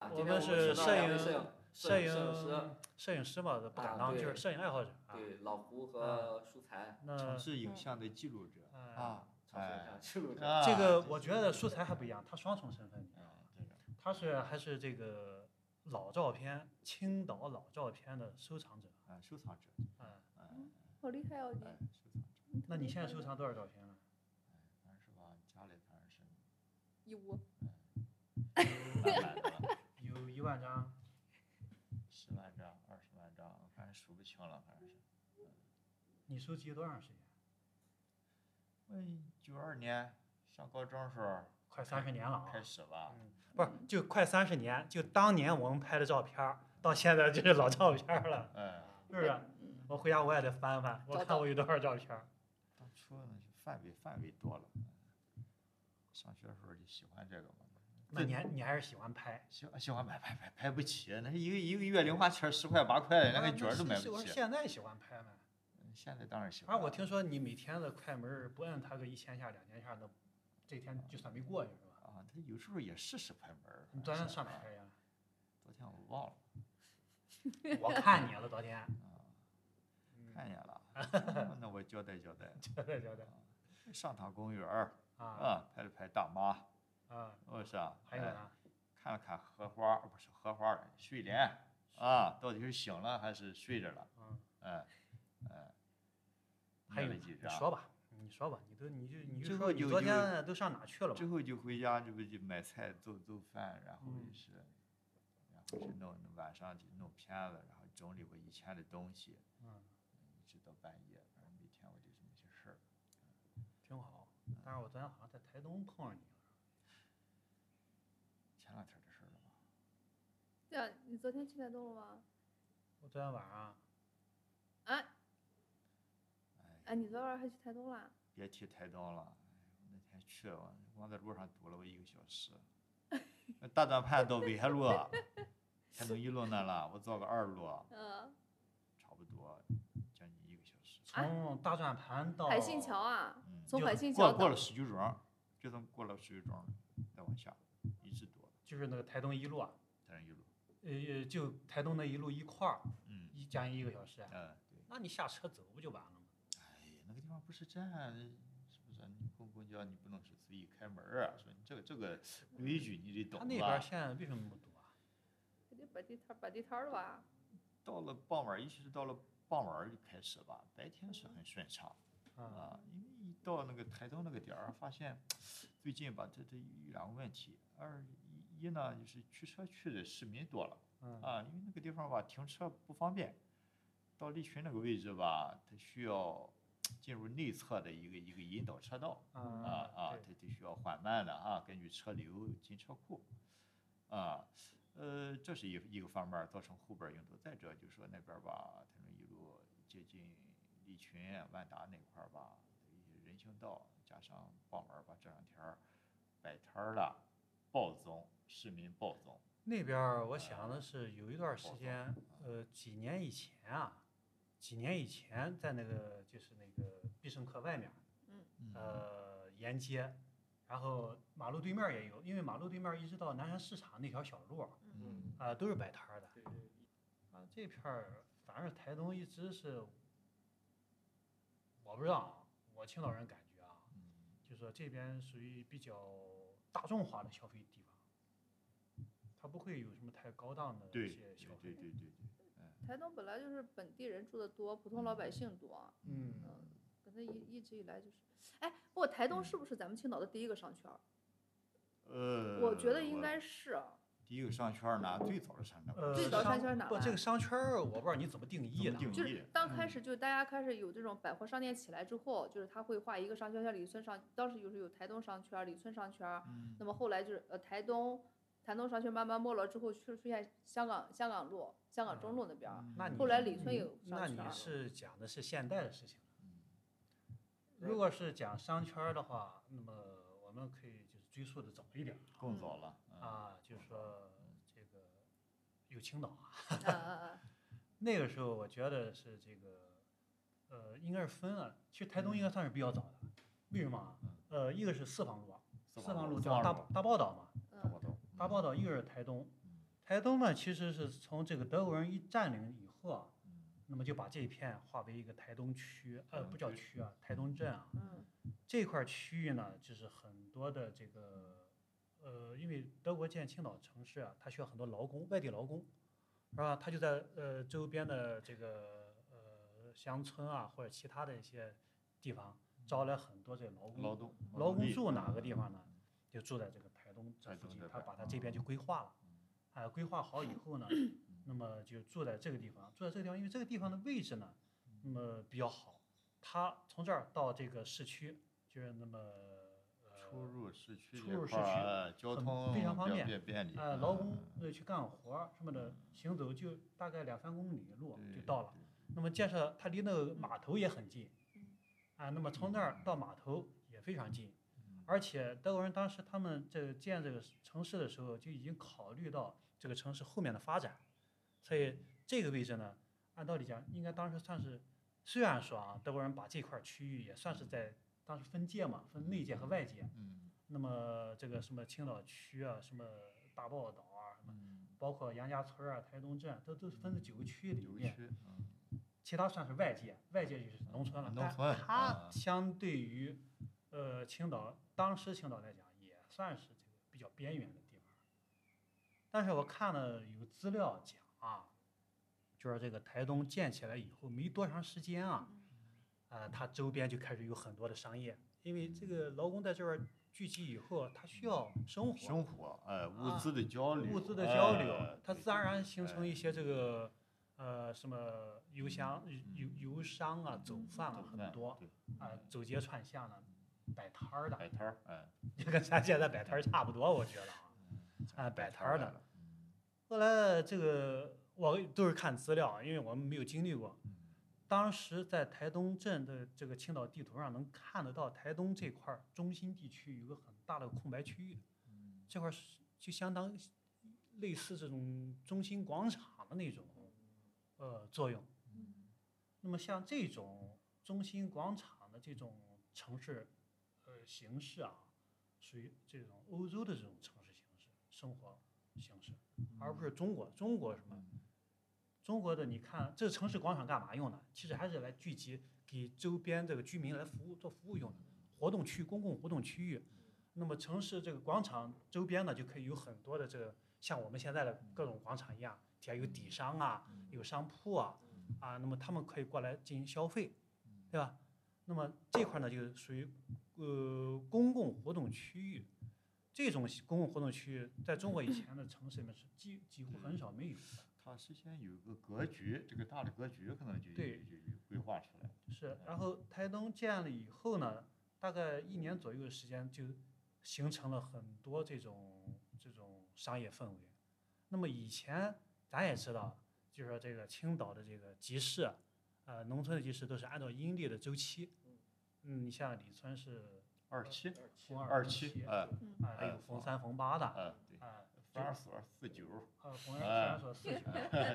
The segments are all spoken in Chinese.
啊今我天们请是到摄两位影啊摄影摄影摄摄影师，影摄影师嘛，不啊敢当，对就是摄影爱好者啊。对老胡和嗯淑才那城市影嗯像的记录者啊，啊，尝试一哎下记录一下嗯啊这个我觉得素材还不一样，他双重身份，嗯这个他是还是这个老照片，青岛老照片的收藏者。啊收藏者，嗯，嗯好厉害哦哎你收！藏者，那你现在收藏多少照片了？当嗯哎然是往家里当然是一屋哎满满的了，有一万张，十万张、二十万张，反正数不清了，反正是。你收集多长时间？嗯，九二年上高中时候快三十年了啊开！始吧，嗯，不是，就快三十年，就当年我们拍的照片儿，到现在就是老照片儿了，嗯，是啊不是？我回家我也得翻翻，我找看到我有多少照片儿。当初呢就范围范围多了，嗯上学的时候就喜欢这个嘛，那你还你还是喜欢拍？喜欢喜欢买买买买不起，啊那一个一个月零花钱十块八块的，连个角儿都买是不啊我是起。现在喜欢拍嘛。嗯现在当然喜反欢正了。啊我听说你每天的快门儿不摁它个一千下两千下，那这天就算没过去是吧？啊，他有时候也试试快门儿。你昨天上上哪儿 去了？昨天我忘了，啊我看你了，昨 天。嗯看见了。 那那我交代交代，交代交代上趟公园儿啊啊，拍了拍大妈，啊，我是啊，还有哎呢？看了看荷花，不是荷花了，睡莲啊，到底是醒了还是睡着了？嗯，嗯嗯，还有捏呢了几你张，说吧，你说吧，你都你就你最就后说你就昨就天都上哪去了吧嗯之？后就回家，这不就买菜做做饭，然后嗯就是，然后去弄晚上去弄片子，然后整理我以前的东西，嗯，一直到半夜，反正每天我就这么些事儿。挺好。但是我昨天好像在台东碰上你了。前两天的事儿了嘛，对啊，你昨天去台东了吗？啊我昨天晚啊上哎，你昨晚还去台东啦？别提台东了，哎那天去我光在路上堵了我一个小时，那大转盘到纬海路，台东一路那了，我走个二路，嗯，差不多将近一个小时。从大转盘到海信桥啊，嗯，从哦就海信过桥了过到了石渠庄，就从过了石渠庄再往下，一直躲，就是那个台东一路啊，在那一路。呃，就台东那一路一块儿，嗯一将近一个小时。啊嗯，对。那你下车走不就完了吗？哎，那个地方不是站，是不是？啊你公公交你不能是随意开门儿啊？说你这个这个规矩你得他懂那边儿吧？现在为什么那么堵啊？肯定摆地摊摆地摊儿了吧？到了傍晚，尤其是到了傍晚儿就开始吧，白天是很顺畅啊，啊，因为一到那个台东那个点儿，啊发现最近吧，这这有两个问题，二一一呢就是驱车去的市民多了。嗯，啊，因为那个地方吧停车不方便，到利群那个位置吧，它需要进入内侧的一个一个引导车道啊啊，嗯对它得需要缓慢的啊，根据车流进车库啊，呃，这是一一个方面儿，造成后边儿拥堵。再者就是说那边儿吧，它那一路接近利群、万达那块儿吧，一些人行道，加上傍晚儿吧，这两天儿摆摊儿了，暴增，市民暴增。那边儿啊我想的是有一段时包装间，呃，几年以前啊，几年以前在那个就是那个必胜客外面儿，嗯呃，沿街，然后马路对面儿也有，因为马路对面儿一直到南山市场那条小路儿，嗯，啊，都是摆摊儿的。对对对啊，这片儿反正台东一直是，我不知道啊，我青岛人感觉啊，嗯就说这边属于比较大众化的消费地方，它不会有什么太高档的对一些对消对费。对对对，台东本来就是本地人住的多，普通老百姓多，嗯嗯，可能一一直以来就是，哎，不过台东是不是咱们青岛的第一个商圈儿？呃，我觉得应我该是啊第一个上圈儿呢，最早的上圈儿呃，最早商商圈儿哪不，来这个商圈儿我不知道你怎么定义怎的么。定就是义？当嗯开始就是大家开始有这种百货商店起来之后，就是他会画一个商圈，像李村商，当时有时有台东商圈、李村商圈，嗯那么后来就是呃台东，台东商圈慢慢没落之后，出出现香港香港路、香港中路那边儿，嗯那你后来李村你有那商你圈儿是讲的是现代的事情。嗯如果是讲商圈儿的话，那么我们可以就是追溯的早一点儿更早了，嗯啊，就是说这个有青岛啊，嗯嗯那个时候我觉得是这个，呃，应该是分啊，其实台东应该算是比较早的，为什么啊？呃，一个是四方路，嗯四方路叫大宝大报道嘛，嗯嗯，道，大报道；一个是台东，嗯台东呢，其实是从这个德国人一占领以后啊，嗯那么就把这一片划为一个台东区，呃，嗯不叫对区啊，台东镇啊。嗯这块区域呢，就是很多的这个，呃，因为德国建青岛城市啊，它需要很多劳工，外地劳工，是吧？他就在呃周边的这个呃乡村啊，或者其他的一些地方招来很多这个劳工。嗯劳动嗯劳工力住哪个地方呢？就住在这个台东这台附东近这，他边把儿他这边就规划了。啊，规划好以后呢，那么就住在这个地方，住在这个地方，因为这个地方的位置呢，那么比较好。他从这儿到这个市区，就是那么出呃入市区出这入市块区儿交很通非常方比较便便便利。呃劳嗯工呃去干活儿什么的，行走就大概两三公里路就对到了。那么建设它离那个码头也很近嗯，啊，那么从那儿到码头也非常近。嗯而且德国人当时他们这个建这个城市的时候就已经考虑到这个城市后面的发展，所以这个位置呢，按道理讲应该当时算是，虽然说啊德国人把这块区域也算是在当时分界嘛，分内界和外界，嗯那么这个什么青岛区啊，什么大豹岛啊，什么嗯，包括杨家村啊、台东镇，都都是分在九个区里游面，区，嗯其他算是外界，外界就是农村了。农但村它啊相对于呃青岛当时青岛来讲，也算是这个比较边缘的地方。但是我看了有资料讲啊，就是这个台东建起来以后没多长时间啊，呃，它周边就开始有很多的商业，因为这个劳工在这边聚集以后，他需要生活，生活，呃，啊物资的交流，物资的交哎流，它对自然而然形成哎一些这个呃什么邮箱、邮邮商啊、走贩啊嗯走很饭多对啊，走街串巷的摆摊儿的， 摆摊儿，哎，就跟咱现在摆摊儿差不多，我觉得啊。啊，摆摊儿来的。了，后来这个我都是看资料，啊因为我们没有经历过。当时在台东镇的这个青岛地图上能看得到，台东这块儿中心地区有个很大的空白区域，嗯这块儿是就相当类似这种中心广场的那种呃作用。那么像这种中心广场的这种城市呃形式啊，属于这种欧洲的这种城市形式、生活形式，而不是中国。中国什嗯么？中国的你看，这城市广场干嘛用的？其实还是来聚集给周边这个居民来服务做服务嗯用的，活动区、公共活动区域。那么城市这个广场周边呢，就可以有很多的这个像我们现在的各种广场一样，底下有底商嗯啊，有商铺啊，啊，那么他们可以过来进行消费，对吧？那么这块儿呢，就是属于呃公共活动区域。这种公共活动区域，在中国以前的城市里面是几几乎很少没有的。它事先有一个格局，这个大的格局可能就对就就规划出来。是，然后台东建了以后呢，大概一年左右的时间就形成了很多这种这种商业氛围。那么以前咱也知道，就是说这个青岛的这个集市啊，呃，农村的集市都是按照阴历的周期。嗯，你像李村是二七，逢二七啊七，，哎嗯，还有呃逢三逢八的，哎，对，啊，三二四二四九， 呃，逢二逢二所四哎九。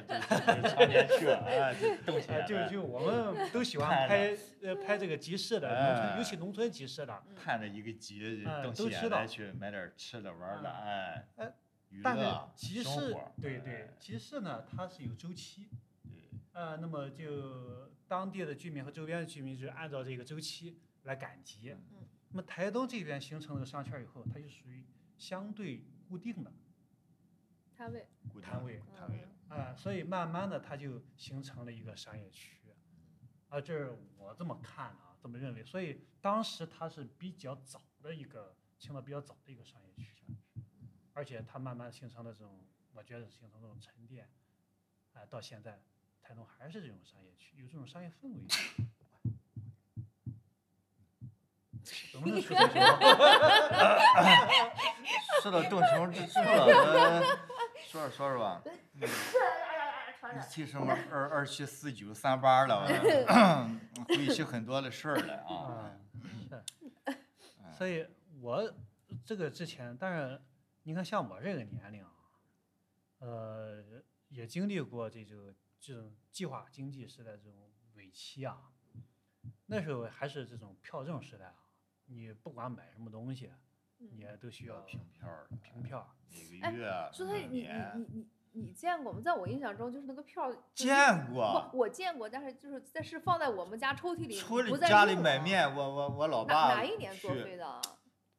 就是常年去了，哎，就动起哎，来就了就我们都喜欢看拍呃拍这个集市的，农村哎尤其农村集市的，嗯盼着一个节哎动都起知眼道来去买点儿吃的玩儿的，哎哎，娱但是乐集生市活，对哎对，集市呢，它是有周期，对呃，那么就当地的居民和周边的居民就按照这个周期来赶集。嗯那么台东这边形成了商圈以后，它就属于相对固定的，嗯摊位，固摊位摊位，呃，所以慢慢的它就形成了一个商业区，啊，这是我这么看的啊，这么认为。所以当时它是比较早的一个，青岛比较早的一个商业区，而且它慢慢形成了这种，我觉得形成这种沉淀，啊、到现在台东还是这种商业区，有这种商业氛围。 总是说这种说到动情之处了，呃说着说着吧，传染，提什么二二七四九三 八了，我 回去很多的事儿了啊。啊，哎所以我这个之前，但是你看像我这个年龄啊，呃，也经历过这种这种计划经济时代这种尾期啊，那时候还是这种票证时代啊，你不管买什么东西，嗯你也都需需要要凭凭票儿了，凭票儿。每个月、所每以哎你你年你你你见过吗？在我印象中，就是那个票就是见过，不，我见过，但是就是在是放在我们家抽屉里，除不了在家用里买了。面，我我我老哪爸哪一年作去废的？啊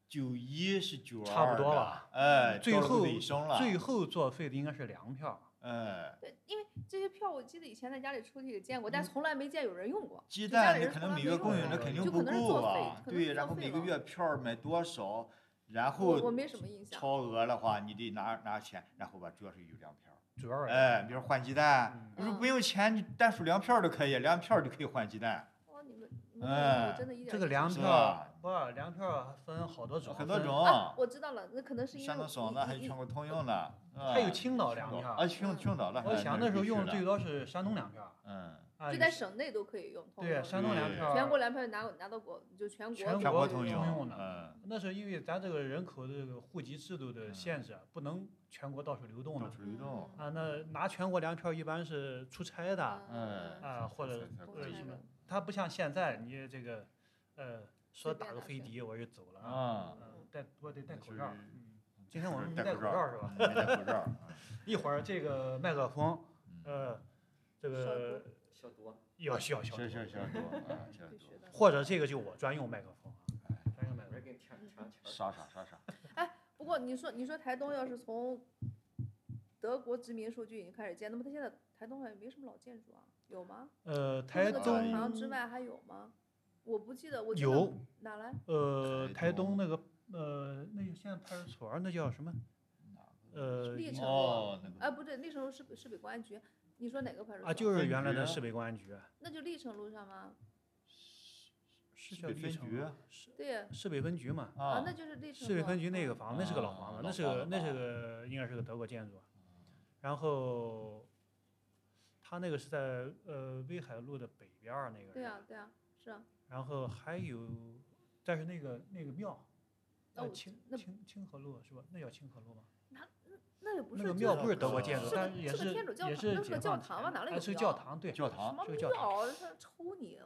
九一是九二，差不多吧，哎，最到了后尾声了，最后作废的应该是粮票。哎，对，因为这些票我记得以前在家里抽屉里见嗯过，但从来没见有人用过。鸡就家蛋那里人可从能来每没月用供应过量肯定就不可能是够作啊废，可能对，是然作后每废个了月票儿买多少，然我我后没什么印象。超额的话，你得拿拿钱，然后吧，主要是有粮票儿，主要是哎，比如换鸡蛋，嗯我说嗯不用钱，你单数粮票儿都可以，粮票儿就可以换鸡蛋，哇，哦你们你们这个我哎真的一点这个印粮象是票吧不，粮票分好多种，很多分种。啊，我知道了，那可能是因为哦山我东省的，你还你有你全国通用的，还有嗯青岛粮票啊，青青岛的，我哎小那的时候必须用的最多是山东粮票，嗯，啊，就有在时省内都可以用。通对用山东粮对票，全国粮票拿拿到国就全国全都全可国以通用用。的嗯，那是因为咱这个人口的这个户籍制度的嗯限制，啊不能全国到处流动到的处流动，啊。那拿全国粮票一般是出差的嗯嗯嗯，啊，或者才公可呃以差因为的它不像现在你这个呃说随便打个拿飞去的我就走了啊，啊，嗯，戴我得戴那口就罩。是嗯，今天我们没戴戴口口罩罩是吧？嗯没戴口罩儿，一会儿这个麦克风，嗯呃，这个消毒，要需要消消毒消消毒，啊，消必须毒，的。或者这个就我专用麦克风啊，专用麦没克风人。给你抢抢钱。哎杀杀杀杀，不过你说你说台东要是从德国殖民数据已经开始建，那么它现在台东好像也没什么老建筑啊，有吗？呃，除了台这个教东堂之外还有吗？我不记得，我记得嗯有，哪来？呃，台台东东那个呃，那个现在派出所儿那叫什么？呃，历一城哦，那啊，个不对，历城路市北市北公安局，你说哪个派出所？啊，就是分原来局的啊市北公安局，那就历城路上吗？是市叫北历分城局吗市对啊，市北分局嘛。啊那，就是历城路啊。市北分局那个嗯房，那是个老房子，啊那老是房个子那是啊个应该是个德国建筑。啊嗯然后，他那个是在呃威海路的北边儿那个。对啊，。对啊，是啊。然后还有，但是那个那个庙，那呃我清哦那清清河路是吧？那叫清河路吗？那也不那是个就庙是不是德国建筑，是个但是也是个是天主教也堂是那是个解教放堂前吧哪里啊有是个教庙堂，对，教什堂，么是个教 堂庙？他抽 你！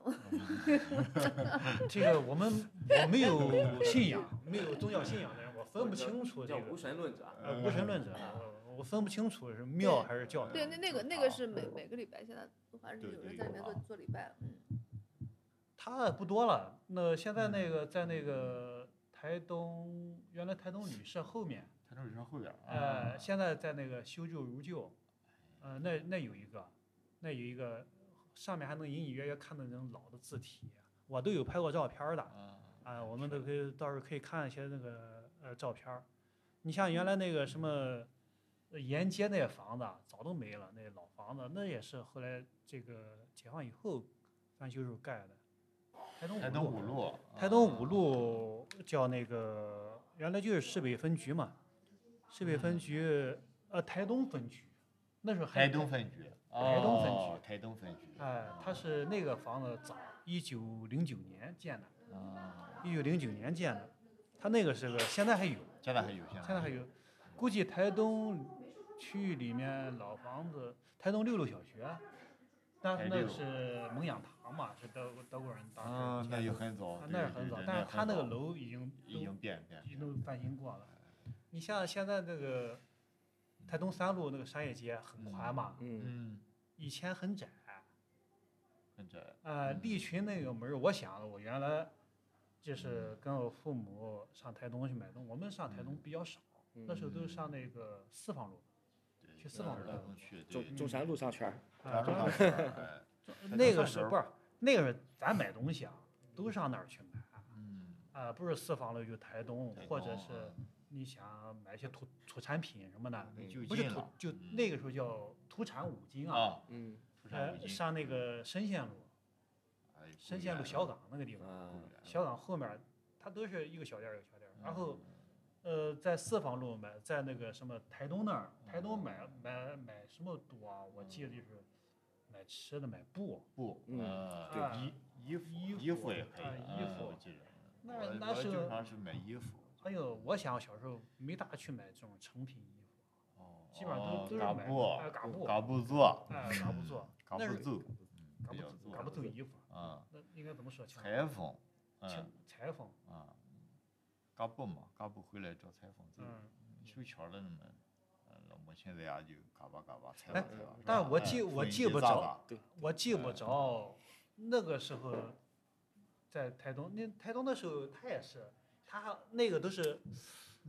这个我 们我没有信仰， 没有宗教信仰的人，我嗯分不清楚这叫个无神论者。啊呃无神论者，我我分不清楚是庙还是教堂。对，那那个那个是每每个礼拜，现在都还是对有对人在里有面做啊做礼拜。嗯，他不多了。那现在那个在那个台东，原来台东旅社后面，台中旅社后边儿，啊呃，现在在那个修旧如旧，呃，那那有一个，那有一个，上面还能隐隐约约看到那种老的字体，啊我都有拍过照片儿的。啊啊，我们都可以到时候可以看一些那个呃照片儿。你像原来那个什么呃沿街那房子啊，早都没了，那老房子那也是后来这个解放以后翻修时候盖的。台东台东五五路，路，啊台东五路叫那个原来就是市北分局嘛，市北分局呃台东分局，那时候还嗯台有东分局，台东分哦，台东分局，哎、它是那个房子早，一九零九年建的，啊，一九零九年建的，它那个是个现在还有。现在还有，现在还有，估计台东区域里面老房子，台东六路小学，但是台那六是蒙养堂嘛，是德国德国人当时啊，那建也的很早啊，那对是很对早对，但也是他很那个早楼已经已经变变都已经都翻新过了。你像现在这个台东三路那个商业街很宽嘛，嗯，嗯，以前很窄。很窄，呃，利群那个门儿，我想我原来就是嗯跟我父母上台东去买东西，我们上台东比较少，嗯那时候都是上那个四坊路。对去四坊来路回去，对嗯中中山路上圈儿，啊，中中山路上哎山那个上时门候儿不是那个时候咱买东西啊，都上那儿去买嗯，啊，不是四坊路就台东，台或者东啊是你想买一些土土产品什么的，嗯就不是近土了就嗯那个时候叫土产五金啊，啊，嗯，出山呃，上那个深县路，深县路小，港那个地方，啊，小港后面儿它都是一个小店儿一个小店儿，然后。嗯呃，在四坊路买，在那个什么台东那儿，台东买嗯买买什么多啊？我记得就是买吃的，买布，不，嗯呃对衣衣服衣衣服服也可以，啊衣嗯服我记着，那我那我是经常是买衣服，还有，哎我想小时候没大去买这种成品衣服，哦，基本上都、哦都是嘎买布哎嘎布，嘎布做，哎嘎布做，嘎那布是嗯做，嘎布做嘎布做衣服，啊，那应该怎么说？清裁缝，嗯清裁缝，啊，嘎布嘛，嘎布回来找裁缝做，嗯，修桥的那么，呃，老木们现在啊就嘎巴嘎巴采哎吧采吧。但是吧我哎记我风记一不炸着吧我记嗯不着那个时候在台东，那台东的时候他也是，他那个都是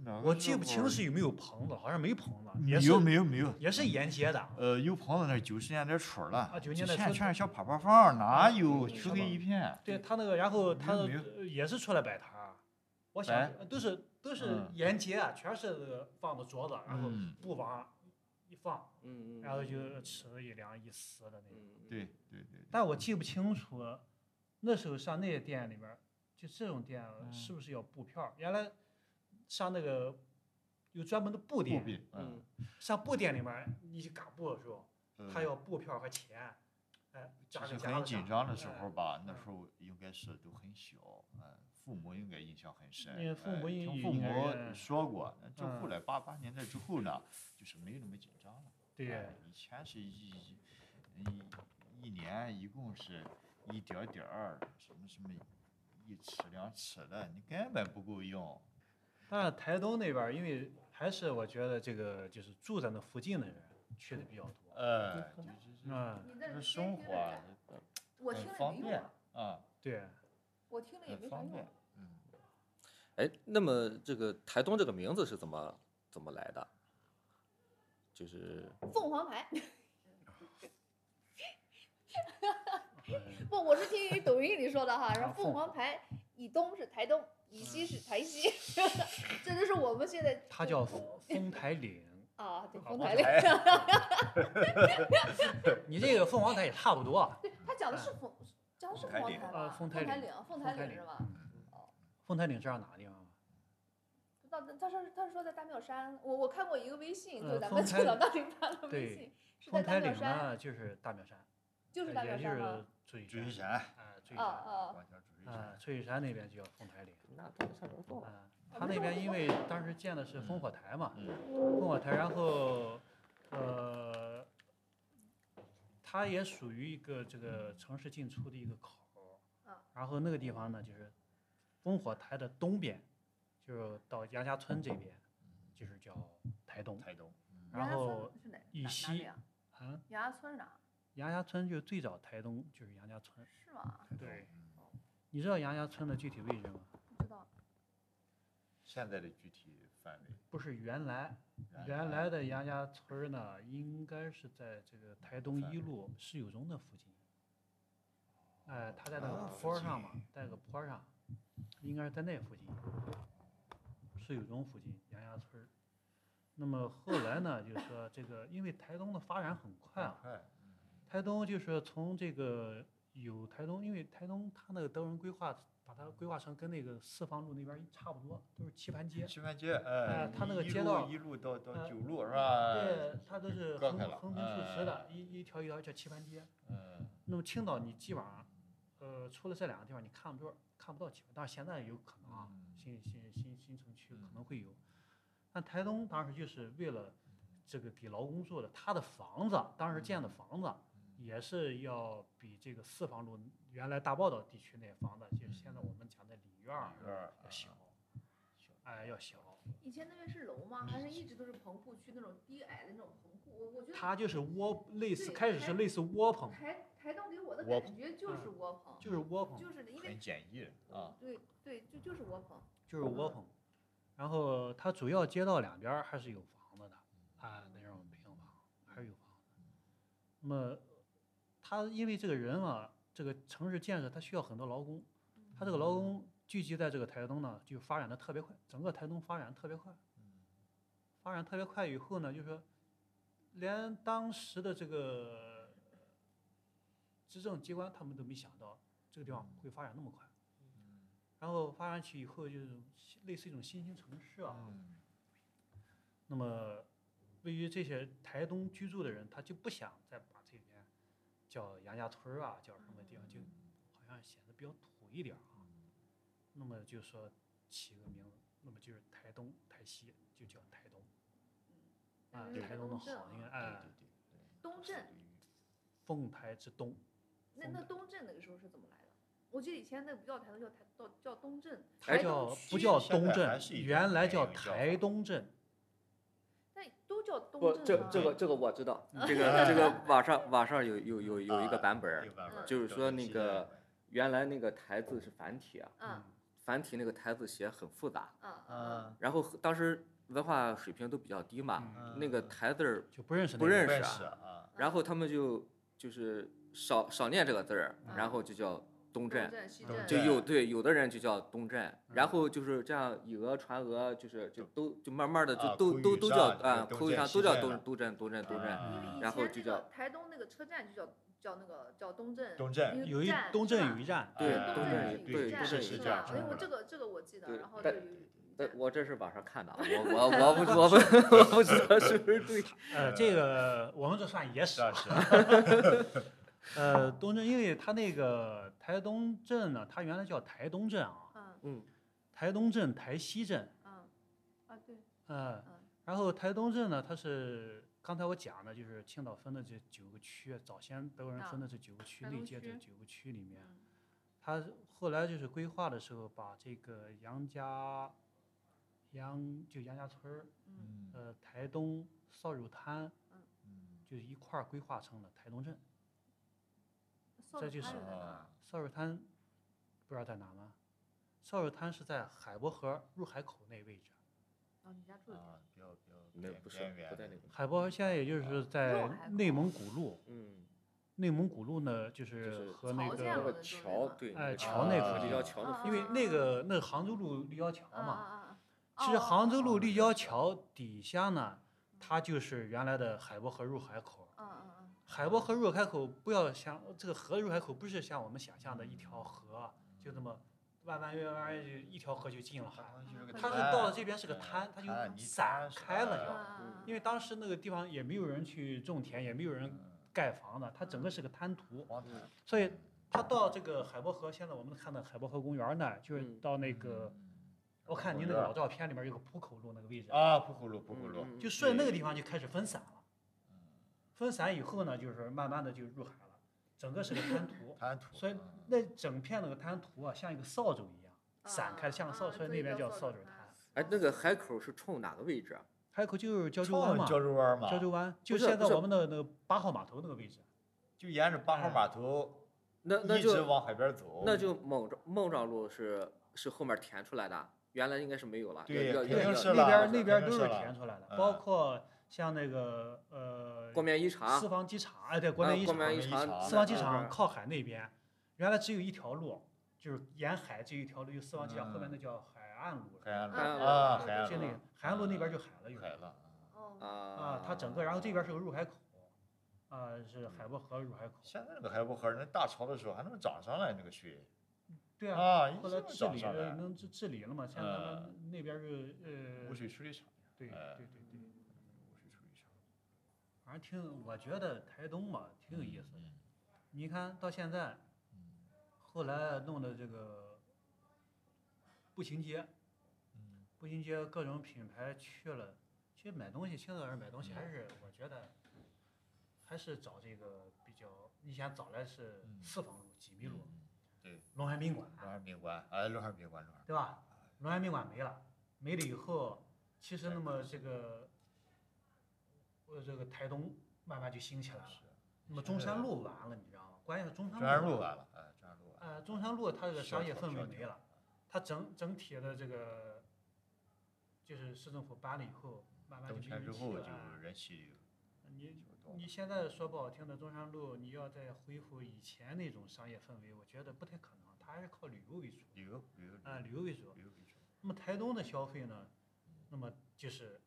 哪个我时记不清候是有没有棚子，好像没棚子，也没是有没有没有，也是沿街的。呃，有朋友那九十年代初了，啊90年代全初全是小泡泡房，哪嗯有嗯漆嗯黑一片？对他那个，然后他没有呃也是出来摆摊儿，我摆想都是都是嗯沿街啊，全是那个放的桌子，然后嗯，布往一放，嗯嗯，然后就吃一凉一丝的那种。嗯，对对对，但我记不清楚，那时候上那些店里边儿，就这种店啊嗯是不是要布票儿？原来上那个有专门的布不店，必，嗯，嗯上布店里面儿你去嘎布的时候，呃他要布票儿和钱，哎，其加实个很紧张的时候吧，嗯那时候应该是都很小，嗯，父母应该印象很深，嗯父哎母听应父应该母认说过，那就后嗯来八八年代之后呢，就是没有那么紧张了。对哎，以前是一一一年一共是一点儿点儿什么什么一尺两尺的，你根本不够用。但是台东那边儿，因为还是我觉得这个就是住在那附近的人去的比较多，呃，就是嗯，你这那个生活啊我很听了方也没用便啊，啊，对，我听了也很没啥方用便啊。。嗯，哎，那么这个台东这个名字是怎么怎么来的？就是凤凰牌，嗯不，我是听人抖音里说的哈，然啊凤后嗯凤凰牌以东是台东，以西是台西， 这就是我们现在它叫丰台岭。 啊，对，啊凤凤台岭，你这个凤凰台也差不多啊，对，他讲的是凤，讲的是凤凰凤台台岭吧？呃凤台台岭凤台岭岭， 啊凤岭是吧？嗯凤台岭是哪个地方啊？那他说他说在大庙山，我我看过一个微信，就呃咱凤们台青岛大领发的微对信，是在丰台大庙岭山，呢，就是大苗山，就是大呃庙也就山是吗？醉追山，山，啊，醉啊山，啊，往前追啊山，，翠玉山那边就叫凤台岭，那到底啥时候嗯到？啊，它那边因为当时建的是烽火台嘛，嗯，烽火台，然后，呃，它也属于一个这个城市进出的一个口儿啊，然后那个地方呢，就是烽火台的东边，就是到杨家村这边，就是叫台东，台东，嗯然杨家村后是哪以哪哪西里啊？啊，杨家村是哪？杨家村就是最早台东就是杨家村，是吗？台东对嗯你知道杨家村的具体位置吗？不知道。现在的具体范围，不是原来，原原来的杨家村儿呢，应该是在这个台东一路市友中的附近。哎，他在那个啊坡儿上嘛，在那个坡儿上，应该是在那附近，市友中附近杨家村儿。那么后来呢，就是说这个，因为台东的发展很快啊，快，台东就是从这个有台东，因为台东它那个德文规划，把它规划成跟那个四方路那边儿差不多，都是棋盘街。棋盘街，哎，它那一个一街路道一路到到呃九路是吧？对，它都是隔横呃开了横平竖直的，哎一一条一条叫棋盘街。嗯，那么青岛你基本上，呃，除了这两个地方，你看不着看不到棋盘，但是现在有可能啊，嗯新新新新城区可嗯能会有。但台东当时就是为了这个给劳工住的，他的房子当时建的嗯房子也是要比这个四房路原来大报道地区那房子，就是现在我们讲的里院儿里院儿要小啊，哎要小。以前那边是楼吗？还是一直都是棚户区那种低矮的那种棚户？我我觉得它就是窝类似，对开始台是类似窝棚，台台东给我的窝感觉就是嗯窝棚，就是窝棚。就是因为很简易啊，对对，就就是窝棚。就是窝棚，然后它主要街道两边儿还是有房子的，啊，那种平房还是有房子。那么，他因为这个人啊，这个城市建设他需要很多劳工，他这个劳工聚集在这个台东呢，就发展的特别快，整个台东发展得特别快，嗯发展特别快以后呢，就说连当时的这个执政机关他们都没想到这个地方会发展那么快。然后发展起以后，就是类似一种新兴城市啊。嗯，那么，位于这些台东居住的人，他就不想再把这边叫杨家村儿啊，叫什么地方，就嗯嗯好像显得比较土一点儿啊。那么就说起个名字，那么就是台东、台西，就叫台东啊嗯，台东的镇好啊应该对哎，对东对镇，凤台之东，那那东镇那个时候是怎么来的？我记得以前那不叫台东，叫台叫叫东镇。它台叫东不区叫现东在还镇是，一种原来没叫有叫台法东镇，但都都叫东不，正这吗这个这个我知道，这个这 个网上网上有有有有一个嗯啊版本这儿个，版本儿就是叫说做那新的个版本原来那个台字是繁体啊，嗯繁体那个台字写很复杂，嗯嗯啊，然后当时文化水平都比较低嘛，嗯那个台字儿，就不认识不那个嗯认不识认啊识啊，然后他们就就是少少念这个字儿，然后就叫东东镇。镇西东镇就对有对有的人就叫东镇，然嗯后就是这样以讹传讹，就是就就都就慢慢的就啊都口都语都上叫就啊东口语镇上西都叫镇东了都镇东镇东镇，啊因为以然后前就那个叫台东那个车站就叫叫那个叫东镇，东镇有一东镇有一一站，对哎东镇哎镇有有一对站东镇是有一吧站？哎，我嗯这个这个我记得，对然后就但有呃一，我这是网上看的啊，我我我不我不我不知道是不是对，呃，这个我们这算野史是。啊啊是啊， 呃，东镇，因为它那个台东镇呢，它原来叫台东镇啊，嗯嗯，台东镇、台西镇，嗯啊对，嗯嗯，然后台东镇呢，它是刚才我讲的，就是青岛分的这九个区，早先德国人分的这九个区，啊台内东界这区九个区里面，嗯它后来就是规划的时候，把这个杨家杨就杨家村儿，嗯呃，台东扫帚滩嗯就是一块儿规划成了台东镇。扫这就帚是哦滩有在哪儿啊啊？扫帚滩不知道在哪吗？扫帚滩是在海伯河入海口那位置，哦，你家住的地方啊，比较比较那边不是边缘不在的那个海伯河现在也就是在海口内蒙古路。嗯，内蒙古路呢，就就是是和那曹县那路个，个的时候桥嘛对，哎那个桥那和块立儿交桥的啊附因近为那个那杭州路立交桥啊嘛。啊啊！其实哦杭州路哦立立交交桥底下呢，它就是原来的海伯河入海口。嗯嗯嗯，海伯河入海口不要想这个河入海口不是像我们想象的一条河，就那么弯弯弯弯就一条河就进了海。它是到了这边是个滩，它就散开了要。嗯因为当时那个地方也没有人去种田，也没有人盖房子，它整个是个滩涂，黄嗯所以它到这个海伯河，现在我们看的海伯河公园那儿，就是嗯到那个。我看您那个老照片里面有个浦口路那个位置，啊，不葫芦不葫嗯芦，嗯嗯就顺那个对，地方就开始分散了。分散以后呢，就是慢慢的就入海了，整个是个滩涂滩涂，所以那整片那个滩涂啊，像一个扫帚一样嗯散开，像个扫帚，那边叫扫帚滩。哎那哦个海口是冲哪个位置啊？海口就是胶州湾冲嘛，胶州湾嘛，胶州湾就不是现在不是我们的那个八号码头那个位置。就沿着八号嗯码头那那一直就往海边走，那就孟庄孟庄路是是后面填出来的，原来应该是没有了，对要要肯定要是要那边儿了那边儿肯都定是是了填出来的，嗯包括像那个呃国棉一厂四方机场，哎对，国啊内一国厂棉一厂厂四方机那场嗯边靠海那边，原来只有一条路，就是沿海只有一条路，就四方机场后面那叫海岸路了，嗯海海岸岸路路啊，海就那岸路个海岸路那边就海了，有海了，哦，啊啊，它整个然后这边是个入海口，啊是海嗯伯河入海口，现在那个海伯河，那大潮的时候还能涨上来那个水对啊，啊，一后直来能治涨理上了，来，嗯能治治理了嘛，现在他们那边是污呃，水处理厂，对对哎对对。污水处理厂，反正挺，我觉得台东嘛挺有意思的嗯。你看到现在，后来弄的这个步行街，嗯步行街各种品牌去了，其实买东西，青岛人买东西还是嗯我觉得还是找这个比较，你想早来是嗯四方路、几米路、对，龙山宾馆，龙山宾馆，哎，龙山宾馆，龙山对吧？龙山宾馆没了，没了以后，其实那么这个，呃，这个台东慢慢就兴起来了。是。那么中山路完了，你知道吗？关键是中山中路，山路完了，啊哎，中山路完了。啊呃，中山路它这个萧商业条氛萧围条没了，它整整体的这个就是市政府搬了以后，慢慢就动没迁人之去后了。啊就人气你就多你了。现在说不好听的，中山路你要再恢复以前那种商业氛围，我觉得不太可能，它还是靠旅游为主，旅游旅游啊、旅游为主。旅游为主，那么台东的消费呢，那么就是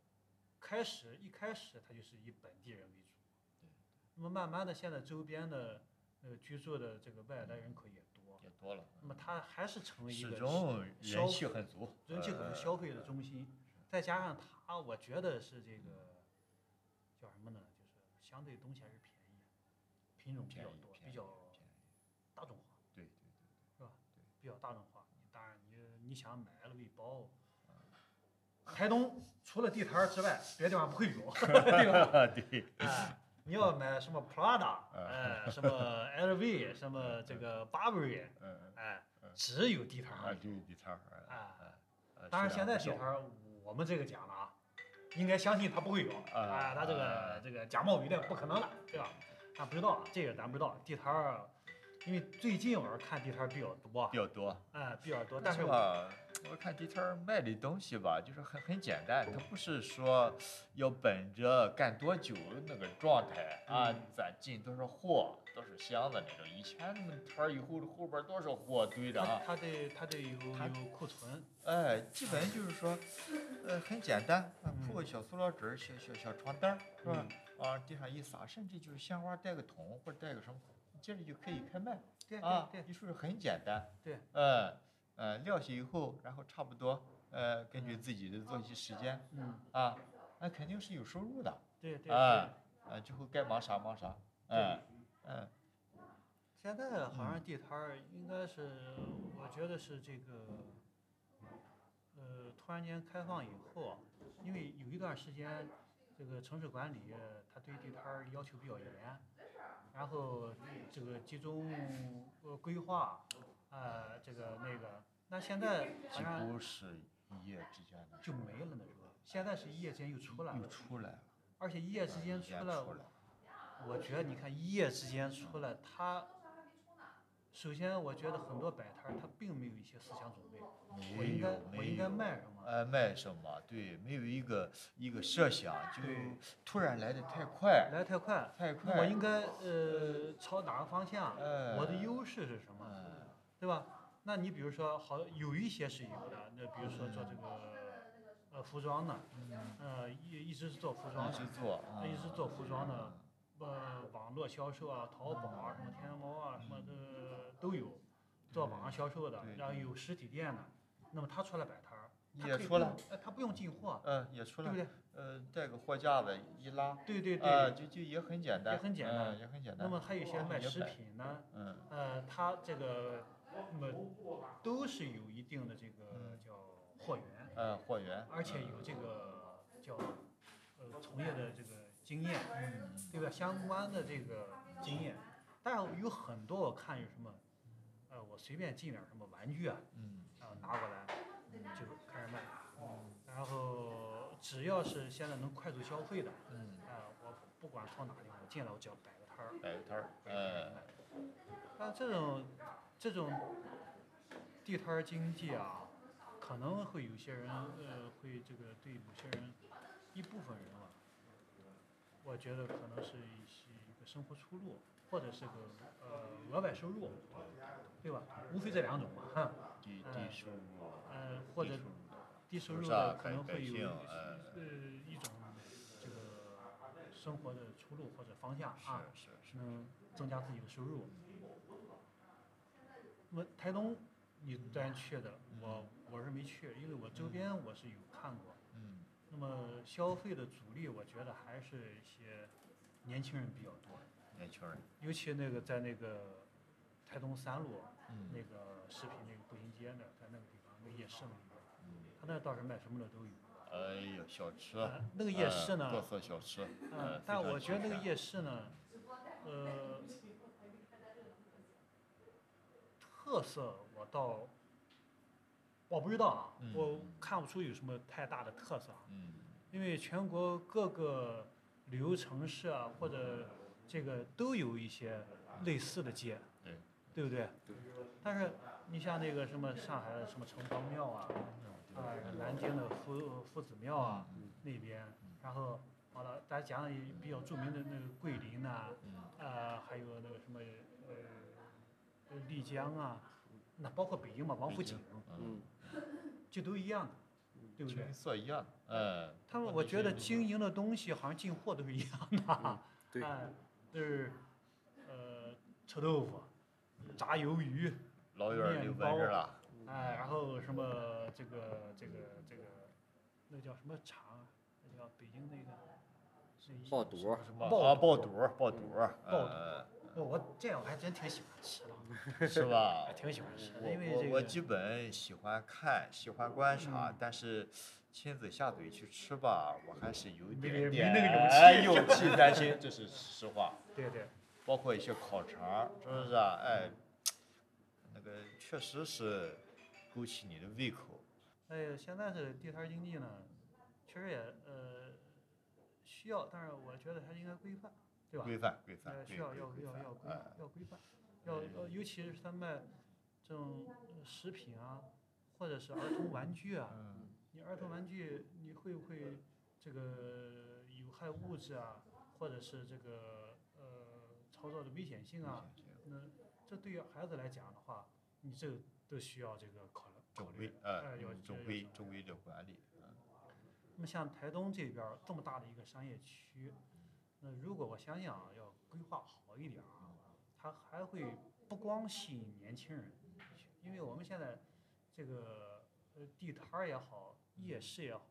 开始一开始它就是以本地人为主，对那么慢慢的现在周边的呃居住的这个外来人口也多，也多了。那么它还是成为一嗯始个终消人气很足，人气可呃能消费的中心，再加上它，我觉得是这个叫什么呢？就是相对东西还是便宜，品种比便较宜多，便比宜较便宜大众化，对对比较大众化。你当然你你想买了喂包。呃台东除了地摊儿之外，别的地方不会 有，对吧？对啊对，哎，你要买什么 Prada，嗯哎，什么 LV，什么呃这个 Burberry，嗯哎嗯，只有地摊啊儿。对地摊儿，哎呃呃当然，数现量在不地少摊儿我们这个讲了啊，应该相信他不会有啊，他这啊个这个假冒伪劣不可能的，对吧？咱不知道啊，这个咱不知道。地摊儿，因为最近我是看地摊儿比较多比，较多。哎，比较多，但但是是我吧，我看地摊儿卖的东西吧，就是很很简单，它不是说要本着干多久那个状态啊嗯，攒进多少货、多少箱子那种。以前那个摊儿以后后边儿多少货堆着他 啊，他得他得有他有库存，哎，基本就是说，呃，很简单，啊嗯铺个小塑料纸儿、小小小床单儿，是吧嗯？往地上一撒，甚至就是鲜花带个桶或者带个什么，接着就可以开卖。对对啊对，，你说是很简单，对，呃呃，撂下以后，然后差不多，呃，根据自己的作息时间嗯，啊，那肯定是有收入的，对对对啊。啊，之后该忙啥忙啥，嗯嗯现在好像地摊儿应该是，我觉得是这个，呃，突然间开放以后，因为有一段时间，这个城市管理它对地摊儿要求比较严，然后这个集中呃规划，呃，这个那个，那现在好几像乎是一夜之间的就没了那时候，现在是一夜之间又出来又了，出来了，而且一一夜之间嗯出出来，来了，我觉得你看一夜之间出来，他首先我觉得很多摆摊儿他并没有一些思想准备，我没应该有我没应该有。卖什么？呃，卖什么？对，没有一个一个设想，就对突然来的太快，来得太快，太那我快。应该呃朝哪个方向？呃，我的优势是什么？嗯对吧？那你比如说好有一些是有的，那比如说做这个呃服装的，嗯，呃一一直是做服装一的直，做，那一直做服装的嗯呃网络销售啊，淘宝啊，什么天猫啊，什么的都有，做网上销售的对，然后对有实体店的，那么他出来摆摊儿，他也可以出不来用，呃，他不用进货，嗯，也出对来不，对？呃，带个货架子一拉，对对啊，对。就就也很简单，也很简单嗯，也很简那单，么还有一些卖也食摆品呢，嗯，呃，他这个那么都是有一定的这个嗯叫货源，呃，货源，而且有这个叫呃从业的这个经验，嗯，对吧？相关的这个经验，但有很多我看有什么，呃，我随便进点儿什么玩具啊，嗯然后拿过来就开始卖，然后只要是现在能快速消费的，啊、嗯，我不管从哪里我进来我只要摆个摊儿，摆个摊儿，我就开始嗯卖。但这种这种地摊儿经济啊，可能会有些人呃会这个对某些人一部分人啊，我觉得可能是一些一个生活出路，或者是个呃额外收入，对吧？无非这两种嘛，哈低嗯低收入，呃或者低收入低收入的是啊的可百能百会有一姓些呃呃一种这个生活的出路或者方向啊。是是是，能增加自己的收入。那么台东，你当然去的，我我是没去，因为我周边我是有看过。嗯那么消费的主力，我觉得还是一些年轻人比较多，年轻人，尤其那个在那个台东三路那嗯个食品那个步行街那儿，在那个地方那个夜市那里边儿，嗯，他那倒是卖什么的都有。哎呦，小吃，呃那个夜市呢，特色小吃，嗯嗯，，但非常我觉得那个齐全夜市呢，呃，特色我倒我不知道啊，嗯我看不出有什么太大的特色啊，嗯因为全国各个旅游城市啊，或者这个都有一些类似的街，对对不对？对但是你像那个什么上海的什么城隍庙啊，嗯，啊，南京的夫夫子庙啊，啊，嗯那边嗯，然后好了，大家讲讲也比较著名的那个桂林呐、嗯呃，还有那个什么呃呃丽江啊，那包括北京嘛，王府井，嗯，嗯，这都一样的，对不清对一？色一样，嗯，他们问我题觉得是经营的东西好像进货都是一样 的，对哎，就是呃臭豆腐、炸鱿鱼，老远儿面就闻着包了，哎，然后什么这个这个这个，那叫什么肠啊？那叫北京那个。那一爆肚儿，什么爆啊，肚爆肚儿，爆肚儿，爆肚呃我我这样我还真挺喜欢 吃的， 是吧还？挺喜欢吃的，因为我这我个嗯我基本喜欢看，喜欢观察，但是亲自下嘴去吃吧，我还是有一没没点那点个哎勇气勇气担心，这是实话。对对，包括一些烤肠儿，是不是啊？哎，那个确实是勾起你的胃口。哎，现在这个地摊儿经济呢，确实也呃需要，但是我觉得它应该规范，对吧？规范规范，呃，规需要规要规要范要规哎要规范，要要，尤其是他卖这种食品啊，或者是儿童玩具啊，嗯你儿童玩具你会不会这个有害物质啊，或者是这个呃操作的危险性啊？那这对于孩子来讲的话，你这都需要这个考虑考总虑规的，呃哎，要总要规考虑总规的管理，嗯那么像台东这边儿这么大的一个商业区，那如果我想想啊要规划好一点儿啊，它还会不光吸引年轻人，因为我们现在这个呃地摊儿也好，夜市也好，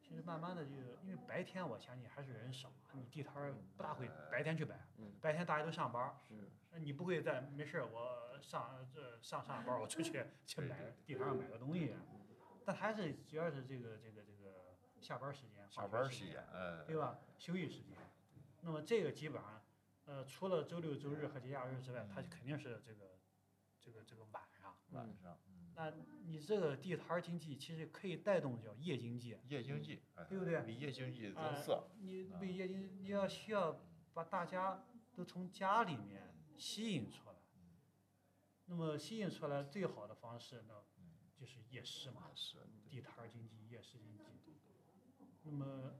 其实慢慢的就因为白天我相信还是人少啊，你地摊儿不大会白天去摆嗯，白天大家都上班儿，是呃你不会在没事儿我上这上上班儿我出去去对买对地摊儿上买个东西，但还是主要是这个这个这个下班儿时间、下放学班儿时时间，，呃，对吧？休息时间，那么这个基本上，呃，除了周六、周日和节假日之外，它嗯肯定是这个这个这个晚上。晚嗯上，嗯，那你这个地摊儿经济其实可以带动叫夜经济，夜经济，哎对不对为夜经济增哎色，你啊对夜经济你要需要把大家都从家里面吸引出来。那么吸引出来最好的方式呢，嗯，就是夜市嘛。也是，地摊儿经济、夜市经济。那么，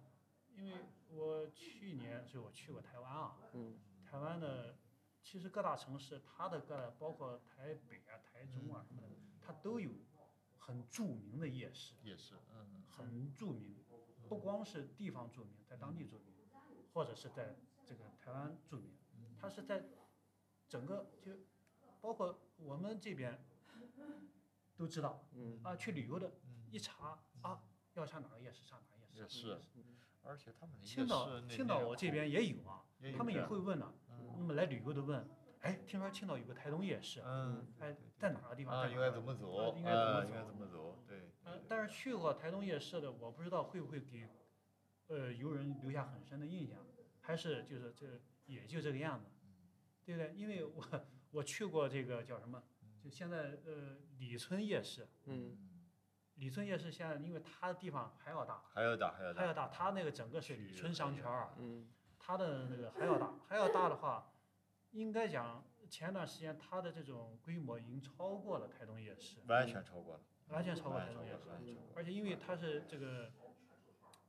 因为我去年就我去过台湾啊，嗯台湾的其实各大城市，它的各大包括台北啊、台中啊什么的，它都有很著名的夜市，也是，嗯，很著名，不光是地方著名，在当地著名，或者是在这个台湾著名，它是在整个就包括我们这边都知道嗯啊，去旅游的嗯一查啊，要上哪个夜市上哪个夜市。也上哪是个夜市，而且他们的夜青岛市那青岛我这，边也有啊，那个他们也有这会问呢、嗯那么来旅游的问，哎，听说青岛有个台东夜市，嗯，哎对，在哪个地方？啊，在哪应个该地怎方么走？啊应该怎么啊走应该怎么走？对，呃对，但是去过台东夜市的，我不知道会不会给，呃，游人留下很深的印象，还是就是这也就这个样子，对不对？因为我我去过这个叫什么，就现在呃李村夜市，嗯李村夜市现在因为它的地方还要大，还要打，还要还要打，大，它那个整个是区域李村商圈儿啊，嗯它的那个还要大，还要大的话，应该讲前段时间它的这种规模已经超过了台东夜市，完全超过了，完全超过完台全超东夜过市了，。完全超过了，而且因为它是这个